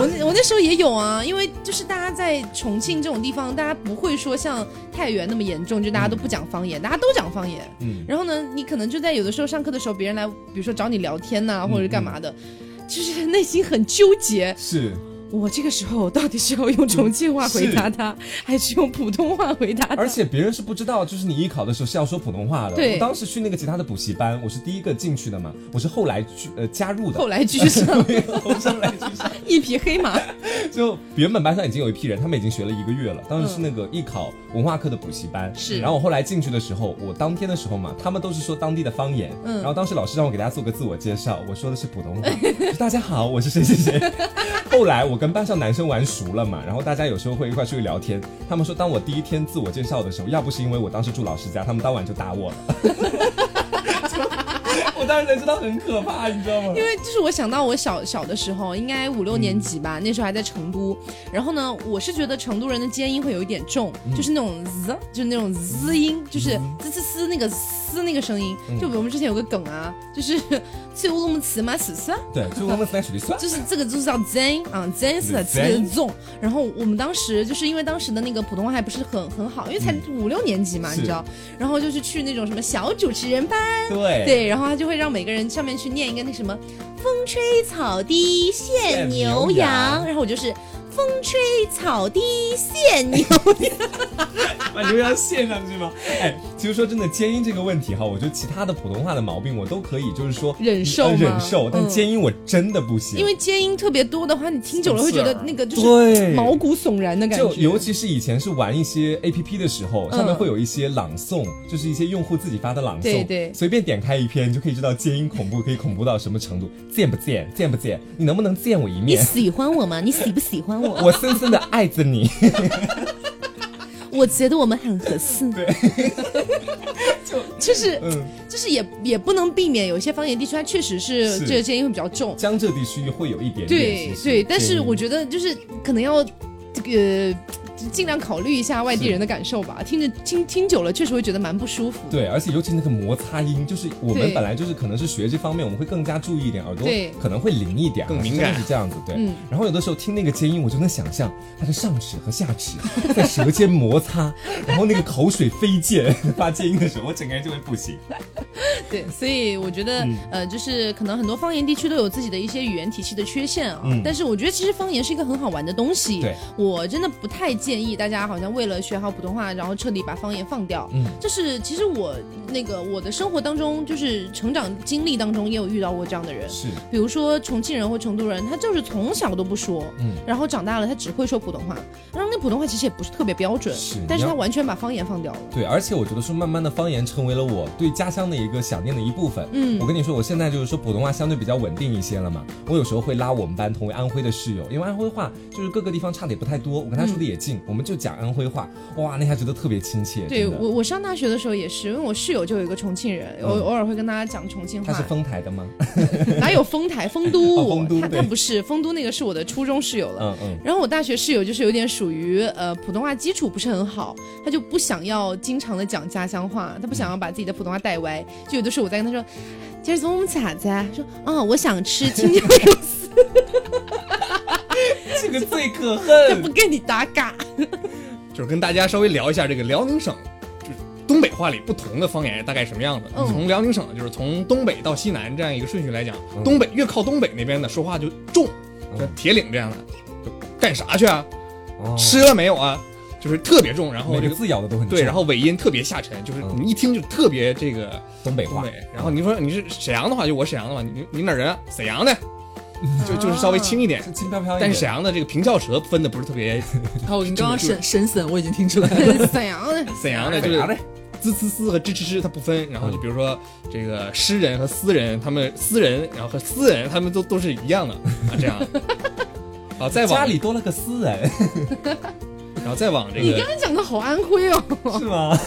[SPEAKER 1] 我那我那时候也有啊，因为就是大家在重庆这种地方，大家不会说像太原那么严重，就大家都不讲方言，大家都讲方言。
[SPEAKER 2] 嗯，
[SPEAKER 1] 然后呢，你可能就在有的时候上课的时候，别人来，比如说找你聊天呐、或者干嘛的，就是 内心很纠结，
[SPEAKER 2] 是。
[SPEAKER 1] 我这个时候到底是要用重庆话回答
[SPEAKER 2] 嗯是
[SPEAKER 1] 他，还是用普通话回答他？
[SPEAKER 2] 而且别人是不知道，就是你艺考的时候是要说普通话的。
[SPEAKER 1] 对
[SPEAKER 2] 我当时去那个吉他的补习班，我是第一个进去的嘛，我是后来去呃加入的。
[SPEAKER 1] 后来居 上
[SPEAKER 2] 对，后上来就是
[SPEAKER 1] 一匹黑马，
[SPEAKER 2] 就原本班上已经有一批人，他们已经学了一个月了。当时是那个艺考文化课的补习班，
[SPEAKER 1] 是
[SPEAKER 2] 然后我后来进去的时候，我当天的时候嘛，他们都是说当地的方言。
[SPEAKER 1] 嗯
[SPEAKER 2] 然后当时老师让我给大家做个自我介绍，我说的是普 通话，说大家好，我是谁谁谁。 后来我跟班上男生玩熟了嘛，然后大家有时候会一块出去聊天。他们说，当我第一天自我介绍的时候，要不是因为我当时住老师家，他们当晚就打 我了。 我当时才知道很可怕，你知道吗？
[SPEAKER 1] 因为就是我想到我小小的时候，应该五六年级吧，那时候还在成都。然后呢，我是觉得成都人的尖音会有一点重，就是那种滋，就是那种滋音，就是滋滋滋那个嘶那个声音。就我们之前有个梗啊，就是“最乌鲁木齐嘛死死”，
[SPEAKER 2] 对，就我们在水里算。
[SPEAKER 1] 就是这个就是叫 zen 啊，zen 是的，这个 zon。然后我们当时就是因为当时的那个普通话还不是很很好，因为才五六年级嘛，
[SPEAKER 2] 是
[SPEAKER 1] 你知道。然后就是去那种什么小主持人班，
[SPEAKER 2] 对
[SPEAKER 1] 对，然后他就会让每个人上面去念一个那什么“风吹草低见牛
[SPEAKER 2] 见牛
[SPEAKER 1] 羊
[SPEAKER 2] 羊”，
[SPEAKER 1] 然后我就是“风吹草低见 牛
[SPEAKER 2] 把牛羊献上去吗？哎，其实说真的，尖音这个问题哈，我觉得其他的普通话的毛病我都可以，就是说
[SPEAKER 1] 忍受
[SPEAKER 2] 呃
[SPEAKER 1] 吗
[SPEAKER 2] 忍受，但
[SPEAKER 1] 嗯
[SPEAKER 2] 尖音我真的不”，行。
[SPEAKER 1] 因为尖音特别多的话，你听久了会觉得
[SPEAKER 4] 刺耳
[SPEAKER 1] 那个就是
[SPEAKER 2] 对
[SPEAKER 1] 毛骨悚然的感
[SPEAKER 2] 就
[SPEAKER 1] 觉。
[SPEAKER 2] 尤其是以前是玩一些 A P P 的时候，上面
[SPEAKER 1] 嗯
[SPEAKER 2] 会有一些朗诵，就是一些用户自己发的朗诵，
[SPEAKER 1] 对对
[SPEAKER 2] 随便点开一篇，你就可以知道尖音恐怖可以恐怖到什么程度，贱不贱，贱不贱，你能不能见我一
[SPEAKER 1] 你
[SPEAKER 2] 面？
[SPEAKER 1] 喜欢我吗？你喜不喜欢 我？
[SPEAKER 2] 我深深的爱着你，
[SPEAKER 1] 我觉得我们很合适。
[SPEAKER 2] 对，
[SPEAKER 1] 就是
[SPEAKER 2] 嗯，
[SPEAKER 1] 就是也也不能避免，有一些方言地区它确实是
[SPEAKER 2] 是
[SPEAKER 1] 这个尖音会比较重。
[SPEAKER 2] 江浙地区会有一点点，
[SPEAKER 1] 对
[SPEAKER 2] 其实
[SPEAKER 1] 对，但是
[SPEAKER 2] 尖音
[SPEAKER 1] 我觉得就是可能要这个尽量考虑一下外地人的感受吧，听着听听久了确实会觉得蛮不舒服。
[SPEAKER 2] 嗯对，而且尤其那个摩擦音，就是我们
[SPEAKER 1] 对
[SPEAKER 2] 本来就是可能是学这方面，我们会更加注意一点，耳朵
[SPEAKER 1] 对
[SPEAKER 2] 可能会灵一点，
[SPEAKER 4] 更
[SPEAKER 2] 啊
[SPEAKER 4] 敏感
[SPEAKER 2] 真的是这样子。对，
[SPEAKER 1] 嗯
[SPEAKER 2] 然后有的时候听那个尖音，我就能想象它的上齿和下齿 在舌尖摩擦，然后那个口水飞溅， 发尖音的时候，我整个人就会不行。
[SPEAKER 1] 对所以我觉得、
[SPEAKER 2] 嗯
[SPEAKER 1] 呃，就是可能很多方言地区都有自己的一些语言体系的缺陷啊。
[SPEAKER 2] 嗯
[SPEAKER 1] 但是我觉得其实方言是一个很好玩的东西。
[SPEAKER 2] 对，
[SPEAKER 1] 我真的不太建议大家好像为了学好普通话，然后彻底把方言放掉。
[SPEAKER 2] 嗯，
[SPEAKER 1] 就是其实我那个我的生活当中，就是成长经历当中也有遇到过这样的人。
[SPEAKER 2] 是，
[SPEAKER 1] 比如说重庆人或成都人，他就是从小都不说，
[SPEAKER 2] 嗯
[SPEAKER 1] 然后长大了他只会说普通话，然后那普通话其实也不是特别标准，
[SPEAKER 2] 是
[SPEAKER 1] 但是他
[SPEAKER 2] 你要
[SPEAKER 1] 完全把方言放掉了。
[SPEAKER 2] 对，而且我觉得说，慢慢的方言成为了我对家乡的一个想念的一部分。
[SPEAKER 1] 嗯
[SPEAKER 2] 我跟你说，我现在就是说普通话相对比较稳定一些了嘛。我有时候会拉我们班同为安徽的室友，因为安徽话就是各个地方差的也不太多，我跟他说的也近，我们就讲安徽话。哇，那下觉得特别亲切。
[SPEAKER 1] 对
[SPEAKER 2] 真的
[SPEAKER 1] 我，我上大学的时候也是，因为我室友就有一个重庆人，我
[SPEAKER 2] 嗯
[SPEAKER 1] 偶尔会跟他讲重庆
[SPEAKER 2] 他是
[SPEAKER 1] 话。
[SPEAKER 2] 丰台的吗？
[SPEAKER 1] 哪有丰台、丰
[SPEAKER 2] 哦
[SPEAKER 1] 都？
[SPEAKER 2] 丰都
[SPEAKER 1] 他他
[SPEAKER 2] 对
[SPEAKER 1] 不是丰都，那个是我的初中室友了。
[SPEAKER 2] 嗯嗯，
[SPEAKER 1] 然后我大学室友就是有点属于呃普通话基础不是很好，他就不想要经常的讲家乡话，他不想要把自己的普通话带歪。就有的时候我在跟他说，今儿中午吃啥子啊？他说啊、我想吃青椒肉丝，
[SPEAKER 2] 这个最可
[SPEAKER 1] 他
[SPEAKER 2] 恨
[SPEAKER 1] 不。跟你打嘎。
[SPEAKER 4] 就是跟大家稍微聊一下这个辽宁省，就是东北话里不同的方言是大概什么样的。
[SPEAKER 1] 嗯
[SPEAKER 4] 从辽宁省，就是从东北到西南这样一个顺序来讲，东北越靠东北那边的说话就重，
[SPEAKER 2] 嗯
[SPEAKER 4] 像铁岭这样的，就干啥去啊？
[SPEAKER 2] 哦
[SPEAKER 4] 吃了没有啊？就是特别重，然后
[SPEAKER 2] 每
[SPEAKER 4] 这
[SPEAKER 2] 个
[SPEAKER 4] 个
[SPEAKER 2] 字咬的都很
[SPEAKER 4] 对，
[SPEAKER 2] 重
[SPEAKER 4] 然后尾音特别下沉，就是
[SPEAKER 2] 嗯
[SPEAKER 4] 你一听就特别这个
[SPEAKER 2] 东北
[SPEAKER 4] 东
[SPEAKER 2] 话
[SPEAKER 4] 北。然后你说你是沈阳的话，就我沈阳的话，你你哪儿人啊？沈阳的，就就是稍微轻一点。
[SPEAKER 2] 是轻飘飘一点，
[SPEAKER 4] 但是沈啊阳的这个平翘舌分的不是特别，
[SPEAKER 3] 好，哦你刚刚
[SPEAKER 4] 这个
[SPEAKER 3] 神神森我已经听出来了。
[SPEAKER 1] 沈 阳的，
[SPEAKER 4] 沈阳的就
[SPEAKER 2] 沈
[SPEAKER 4] 是
[SPEAKER 2] 阳的
[SPEAKER 4] 滋滋滋和吱吱吱它不分。然后就比如说这个诗人和私人，他们私人，然后和私人他们都都是一样的啊，这样。啊，再
[SPEAKER 2] 家
[SPEAKER 4] 往
[SPEAKER 2] 里多了个私 人，
[SPEAKER 4] 然后再往这
[SPEAKER 1] 你
[SPEAKER 4] 个
[SPEAKER 1] 刚刚讲的好安徽哦，
[SPEAKER 2] 是 吗？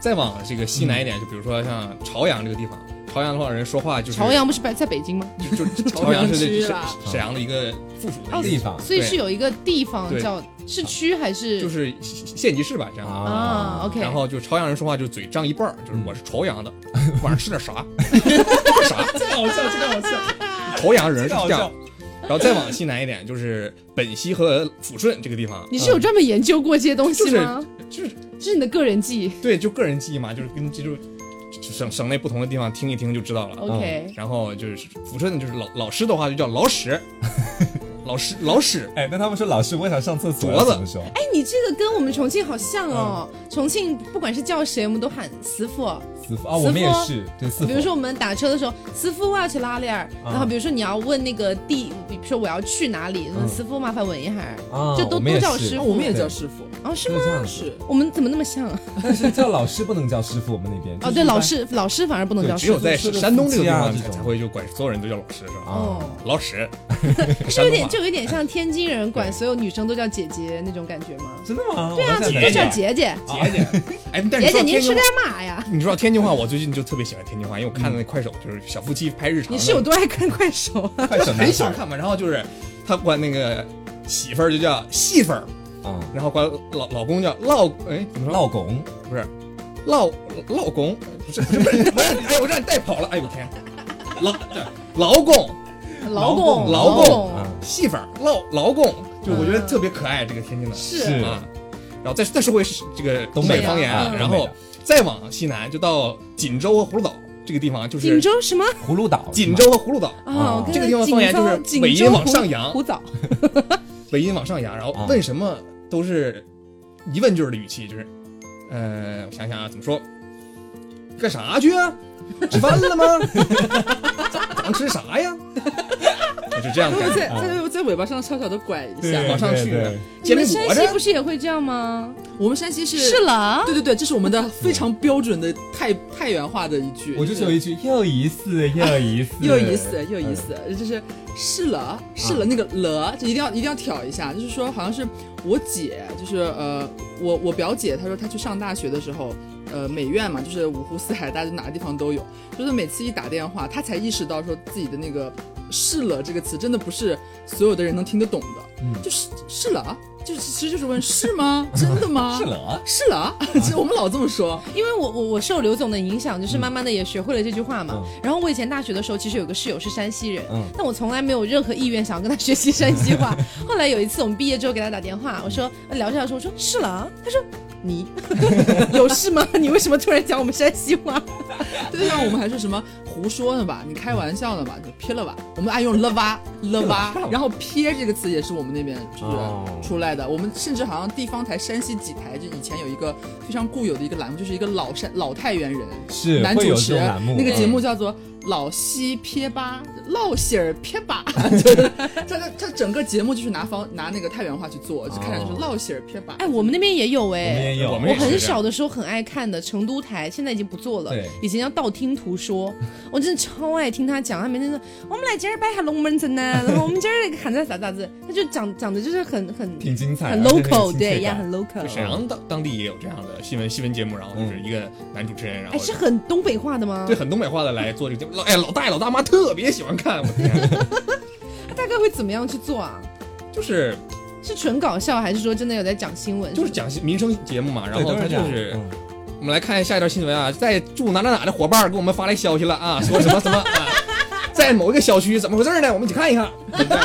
[SPEAKER 4] 再往这个西南一点，就比如说像朝阳这个地方，朝阳的话人说话就是
[SPEAKER 1] 朝阳不是在在北京吗？
[SPEAKER 4] 就就朝阳是
[SPEAKER 3] 区
[SPEAKER 4] 那沈
[SPEAKER 3] 啦
[SPEAKER 4] 沈阳的一个附属的
[SPEAKER 1] 哦
[SPEAKER 4] 一个
[SPEAKER 2] 地方
[SPEAKER 1] 所以
[SPEAKER 4] 对
[SPEAKER 1] 是有一个地方
[SPEAKER 4] 对
[SPEAKER 1] 叫是区还是
[SPEAKER 4] 就是县级市吧，这样。
[SPEAKER 1] 啊？OK，
[SPEAKER 4] 然后就朝阳人说话就嘴张一半儿，就是我是朝阳的，晚上吃点啥？ 啥？这个好笑，这个好笑。朝阳人是
[SPEAKER 2] 这
[SPEAKER 4] 这
[SPEAKER 2] 个 好
[SPEAKER 4] 样，然后再往西南一点就是本溪和抚顺这个地方，啊
[SPEAKER 1] 你是有专门研究过这些东西吗？
[SPEAKER 4] 就是
[SPEAKER 1] 嗯是你的个人记忆
[SPEAKER 4] 对，就个人记忆嘛，就是跟这就就省省内不同的地方听一听就知道了。嗯
[SPEAKER 1] ？OK，
[SPEAKER 4] 然后就是抚顺就是老老师的话就叫老 屎，老师老屎
[SPEAKER 2] 哎，那他们说老师，我想上厕所，
[SPEAKER 4] 镯子
[SPEAKER 2] 怎么说？
[SPEAKER 1] 哎，你这个跟我们重庆好像哦。重庆不管是叫谁，我们都喊师傅。
[SPEAKER 2] 师傅啊，我们也
[SPEAKER 1] 师傅
[SPEAKER 2] 是，对，师傅
[SPEAKER 1] 比如说我们打车的时候，师傅我要去哪里儿？
[SPEAKER 2] 啊
[SPEAKER 1] 然后比如说你要问那个地，比如说我要去哪里，
[SPEAKER 2] 嗯
[SPEAKER 1] 师傅麻烦问一下儿。
[SPEAKER 2] 啊，
[SPEAKER 1] 这都
[SPEAKER 2] 我们也
[SPEAKER 1] 都叫
[SPEAKER 2] 是
[SPEAKER 1] 师
[SPEAKER 3] 啊
[SPEAKER 1] 傅
[SPEAKER 3] 我们也叫师傅，
[SPEAKER 1] 哦，是
[SPEAKER 2] 就
[SPEAKER 1] 吗
[SPEAKER 2] 是？这样子。
[SPEAKER 3] 是
[SPEAKER 1] 我们怎么那么像啊？
[SPEAKER 2] 但是叫老师不能叫师傅，我们那边
[SPEAKER 1] 哦，对，老
[SPEAKER 2] 师
[SPEAKER 1] 师老师反而不能
[SPEAKER 4] 对
[SPEAKER 1] 叫
[SPEAKER 4] 只
[SPEAKER 1] 师
[SPEAKER 4] 有
[SPEAKER 1] 傅，
[SPEAKER 4] 在
[SPEAKER 2] 师傅
[SPEAKER 4] 山东这个地
[SPEAKER 2] 啊
[SPEAKER 4] 方
[SPEAKER 2] 这
[SPEAKER 4] 才
[SPEAKER 2] 种
[SPEAKER 4] 才会就管所有人都叫老师，是吧？
[SPEAKER 1] 哦
[SPEAKER 2] 啊，
[SPEAKER 4] 老屎，
[SPEAKER 1] 这
[SPEAKER 4] 山
[SPEAKER 1] 有
[SPEAKER 4] 东
[SPEAKER 1] 点
[SPEAKER 4] 话
[SPEAKER 1] 这有一点像天津人管所有女生都叫姐姐那种感觉
[SPEAKER 4] 哦
[SPEAKER 1] 吗？
[SPEAKER 2] 真的吗？
[SPEAKER 1] 对啊，
[SPEAKER 2] 我在
[SPEAKER 1] 都
[SPEAKER 2] 南
[SPEAKER 1] 叫
[SPEAKER 2] 京
[SPEAKER 1] 姐姐。
[SPEAKER 2] 啊
[SPEAKER 4] 姐姐，哎，但
[SPEAKER 1] 姐
[SPEAKER 4] 是
[SPEAKER 1] 姐
[SPEAKER 4] 说到天
[SPEAKER 1] 您吃
[SPEAKER 4] 津
[SPEAKER 1] 干
[SPEAKER 4] 话，啊
[SPEAKER 1] 嘛呀？
[SPEAKER 4] 你知道天津话，我最近就特别喜欢天津话，因为我看了那快手，就是小夫妻拍日常的，
[SPEAKER 1] 你是有多爱看快手 啊？
[SPEAKER 2] 快手
[SPEAKER 4] 很
[SPEAKER 2] 男
[SPEAKER 4] 喜欢
[SPEAKER 2] 孩
[SPEAKER 4] 看嘛？然后就是他管那个媳妇儿就叫媳妇儿，
[SPEAKER 2] 啊，
[SPEAKER 4] 然后管老老公叫老哎怎么说
[SPEAKER 2] 老公
[SPEAKER 4] 不是老老公不是不是不是不是哎我让你带跑了哎我天老老公
[SPEAKER 1] 老
[SPEAKER 2] 公
[SPEAKER 1] 公，
[SPEAKER 4] 老
[SPEAKER 1] 公，
[SPEAKER 2] 啊，
[SPEAKER 4] 媳妇儿老老公，就我觉得特别可爱这个天津的
[SPEAKER 1] 是
[SPEAKER 4] 啊。然后再再说回是这个
[SPEAKER 2] 东
[SPEAKER 1] 北
[SPEAKER 4] 北方言
[SPEAKER 1] 啊
[SPEAKER 4] 然
[SPEAKER 2] 东北
[SPEAKER 4] 后
[SPEAKER 2] 的
[SPEAKER 4] 再往西南就到锦州和葫芦岛这个地方，就是
[SPEAKER 1] 锦州什么
[SPEAKER 2] 葫芦岛，
[SPEAKER 4] 锦州和葫芦岛，
[SPEAKER 2] 啊
[SPEAKER 1] 啊？我跟
[SPEAKER 4] 这个
[SPEAKER 1] 你
[SPEAKER 4] 地方方言就是
[SPEAKER 1] 锦州
[SPEAKER 4] 尾音
[SPEAKER 1] 锦州
[SPEAKER 4] 往上
[SPEAKER 1] 胡
[SPEAKER 4] 扬
[SPEAKER 1] 胡枣
[SPEAKER 4] 尾音往上扬，然后
[SPEAKER 2] 啊
[SPEAKER 4] 问什么都是疑问句儿的语气，就是呃，我想想啊，怎么说？干啥去啊？吃饭 了吗？咱咱吃啥呀？就这样的
[SPEAKER 3] 他
[SPEAKER 4] 感
[SPEAKER 3] 会
[SPEAKER 4] 觉。
[SPEAKER 3] 在
[SPEAKER 4] 啊
[SPEAKER 3] 他会在尾巴上小小的拐一
[SPEAKER 2] 对
[SPEAKER 3] 下。
[SPEAKER 4] 往上
[SPEAKER 2] 对
[SPEAKER 4] 去
[SPEAKER 2] 对
[SPEAKER 4] 的
[SPEAKER 1] 你
[SPEAKER 4] 煎
[SPEAKER 1] 们
[SPEAKER 4] 饼
[SPEAKER 1] 山
[SPEAKER 4] 果子啊
[SPEAKER 1] 西不是也会这样吗？
[SPEAKER 3] 我们山西是
[SPEAKER 1] 是了，
[SPEAKER 3] 对对对，这是我们的非常标准的太太原话的一句。
[SPEAKER 2] 我就只有一句又一次又一次
[SPEAKER 3] 又一次又一次，
[SPEAKER 2] 嗯
[SPEAKER 3] 就是是了是了，那个了就一定要一定要挑一下，就是说好像是我姐，就是呃我我表姐，她说她去上大学的时候。呃，美院嘛，就是五湖四海，大家就哪个地方都有。就是每次一打电话，她才意识到说自己的那个“是了”这个词，真的不是所有的人能听得懂的。
[SPEAKER 2] 嗯
[SPEAKER 3] 就是是了，就是其实就是问是吗？真的
[SPEAKER 2] 嗯
[SPEAKER 3] 吗？
[SPEAKER 2] 是了，
[SPEAKER 3] 是了， 其实我们老这么说。
[SPEAKER 1] 因为我我我受刘总的影响，就是慢慢的也学会了这句话嘛。
[SPEAKER 2] 嗯
[SPEAKER 1] 然后我以前大学的时候，其实有个室友是山西人，
[SPEAKER 2] 嗯
[SPEAKER 1] 但我从来没有任何意愿想要跟他学习山西 话。后来有一次我们毕业之后给他打电话，我说呃聊着聊着我说是了啊，他说你 有事吗？ 你为什么突然讲我们山西话？
[SPEAKER 3] 对啊呀，我们还说什么胡说呢吧？你开玩笑呢吧？就撇了吧？我们爱用了吧 了吧，然后撇这个词也是我们那边
[SPEAKER 2] 哦
[SPEAKER 3] 就是出来的。我们甚至好像地方台山西几台，就以前有一个非常固有的一个栏目，就是一个老山老太原人。
[SPEAKER 2] 是
[SPEAKER 3] 男
[SPEAKER 2] 会
[SPEAKER 3] 主
[SPEAKER 2] 有
[SPEAKER 3] 持
[SPEAKER 2] 这种栏目
[SPEAKER 3] 那个节目
[SPEAKER 2] 嗯
[SPEAKER 3] 叫做《老西撇吧》，老西儿撇吧， 就是他他他整个节目就是拿方拿那个太原话去做，就看上去
[SPEAKER 2] 哦
[SPEAKER 3] 是老西儿撇吧。
[SPEAKER 1] 哎，我们那边也有哎、
[SPEAKER 2] 我们也有，
[SPEAKER 4] 我们
[SPEAKER 1] 我
[SPEAKER 4] 也是
[SPEAKER 1] 很小的时候很爱看的成都台，现在已经不做了
[SPEAKER 2] 对。
[SPEAKER 1] 以前叫道听途说，我真的超爱听他讲。他每天说我们来今儿摆下龙门阵呢，啊然后我们今儿喊啥啥啥子，他就讲讲的就是很很
[SPEAKER 2] 挺精彩的，
[SPEAKER 1] 很
[SPEAKER 2] 而且很
[SPEAKER 1] local，
[SPEAKER 2] 亲切
[SPEAKER 1] 对
[SPEAKER 2] 感
[SPEAKER 1] 呀，很
[SPEAKER 4] 就
[SPEAKER 1] local。
[SPEAKER 4] 沈阳当当地也有这样的新闻新闻节目，然后就是一个男主持人，然
[SPEAKER 1] 哎，
[SPEAKER 4] 后
[SPEAKER 1] 是很东北话的吗
[SPEAKER 4] 对？很东北话的来做这个节目。老哎呀，老大爷老大妈特别喜欢看，我天，
[SPEAKER 1] 大概会怎么样去做啊？
[SPEAKER 4] 就是
[SPEAKER 1] 是纯搞笑，还是说真的有在讲新闻？
[SPEAKER 4] 就是讲民生节目嘛，然
[SPEAKER 2] 对
[SPEAKER 4] 后
[SPEAKER 2] 都
[SPEAKER 4] 他
[SPEAKER 2] 是这
[SPEAKER 4] 就
[SPEAKER 2] 样
[SPEAKER 4] 是。
[SPEAKER 2] 嗯
[SPEAKER 4] 我们来看下一条新闻啊，在住哪哪哪的伙伴给我们发来消息了啊，说什么什么啊，在某一个小区怎么回事呢？我们一起看一看。对不对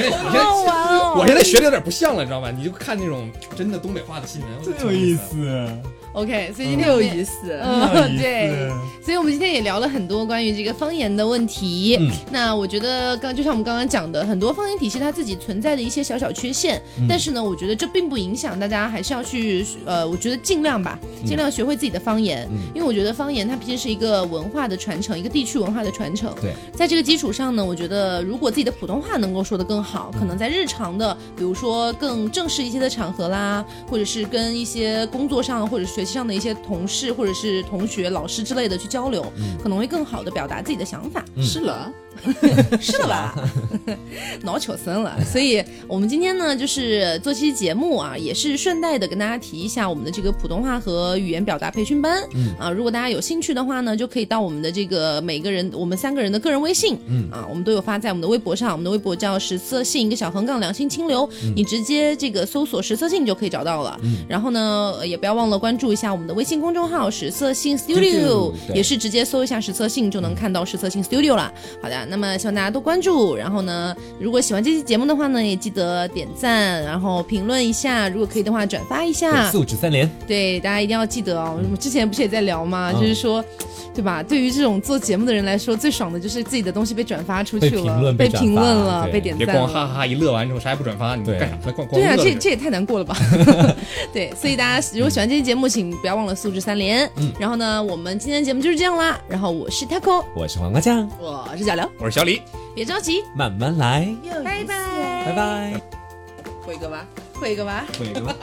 [SPEAKER 4] 我现在，我现在，
[SPEAKER 1] 玩哦
[SPEAKER 4] 我现在学的有点不像了，你知道吧？你就看那种真的东北话的新闻，
[SPEAKER 2] 真有意。思，
[SPEAKER 1] OK，所以今
[SPEAKER 3] 挺
[SPEAKER 4] 嗯
[SPEAKER 1] 天我
[SPEAKER 3] 有
[SPEAKER 1] 们也
[SPEAKER 3] 意思。
[SPEAKER 2] 真有意
[SPEAKER 1] 嗯，
[SPEAKER 2] 思
[SPEAKER 1] 对， 所以我们今天也聊了很多关于这个方言的问题。
[SPEAKER 2] 嗯
[SPEAKER 1] 那我觉得刚就像我们刚刚讲的，很多方言体系它自己存在的一些小小缺陷，
[SPEAKER 2] 嗯
[SPEAKER 1] 但是呢，我觉得这并不影响大家还是要去呃，我觉得尽量吧，尽量学会自己的方言，
[SPEAKER 2] 嗯
[SPEAKER 1] 因为我觉得方言它毕竟是一个文化的传承，一个地区文化的传承。
[SPEAKER 2] 对，
[SPEAKER 1] 在这个基础上呢，我觉得如果自己的普通话能够说得更好，
[SPEAKER 2] 嗯
[SPEAKER 1] 可能在日常的，比如说更正式一些的场合啦，或者是跟一些工作上或者学习上的一些同事或者是同学、老师之类的去交流，
[SPEAKER 2] 嗯
[SPEAKER 1] 可能会更好的表达自己的想法。
[SPEAKER 3] 是了，
[SPEAKER 1] 是的吧？脑求森了，所以我们今天呢，就是做期节目啊，也是顺带的跟大家提一下我们的这个普通话和语言表达培训班、啊，如果大家有兴趣的话呢，就可以到我们的这个每个人我们三个人的个人微信，啊，我们都有发在我们的微博上，我们的微博叫实色性一个小横杠两性清流，你直接这个搜索实色性就可以找到了。然后呢，呃也不要忘了关注一下我们的微信公众号实色性 Studio，
[SPEAKER 2] Studio，对
[SPEAKER 1] 也是直接搜一下实色性就能看到实色性 Studio 了。好的，那么希望大家多关注。然后呢，如果喜欢这期节目的话呢，也记得点赞，然后评论一下，如果可以的话转发一下。
[SPEAKER 2] 素质三连，
[SPEAKER 1] 对，大家一定要记得哦。我们之前不是也在聊吗？
[SPEAKER 2] 嗯
[SPEAKER 1] 就是说，对吧？对于这种做节目的人来说，最爽的就是自己的东西被转发出去
[SPEAKER 2] 被
[SPEAKER 1] 了，
[SPEAKER 2] 评论
[SPEAKER 1] 被
[SPEAKER 2] 被转
[SPEAKER 1] 评论
[SPEAKER 2] 发
[SPEAKER 1] 了，
[SPEAKER 2] 对
[SPEAKER 1] 被点
[SPEAKER 4] 别
[SPEAKER 1] 赞了。
[SPEAKER 4] 光哈哈一乐完之后啥也不转发，你
[SPEAKER 2] 对
[SPEAKER 4] 干啥呢？光光
[SPEAKER 1] 对啊，
[SPEAKER 4] 乐
[SPEAKER 1] 这
[SPEAKER 4] 着
[SPEAKER 1] 这也太难过了 吧？对，所以大家如果喜欢这期节目，请不要忘了素质三连。
[SPEAKER 2] 嗯
[SPEAKER 1] 然后呢，我们今天的节目就是这样啦。然后我是 taco，
[SPEAKER 2] 我是黄瓜酱，
[SPEAKER 1] 我是小刘，
[SPEAKER 4] 我是小李。
[SPEAKER 1] 别着急，
[SPEAKER 2] 慢慢来，
[SPEAKER 1] 拜拜，
[SPEAKER 2] 拜拜，
[SPEAKER 3] 会一个吧。
[SPEAKER 1] 会一个吧。
[SPEAKER 2] 回吧。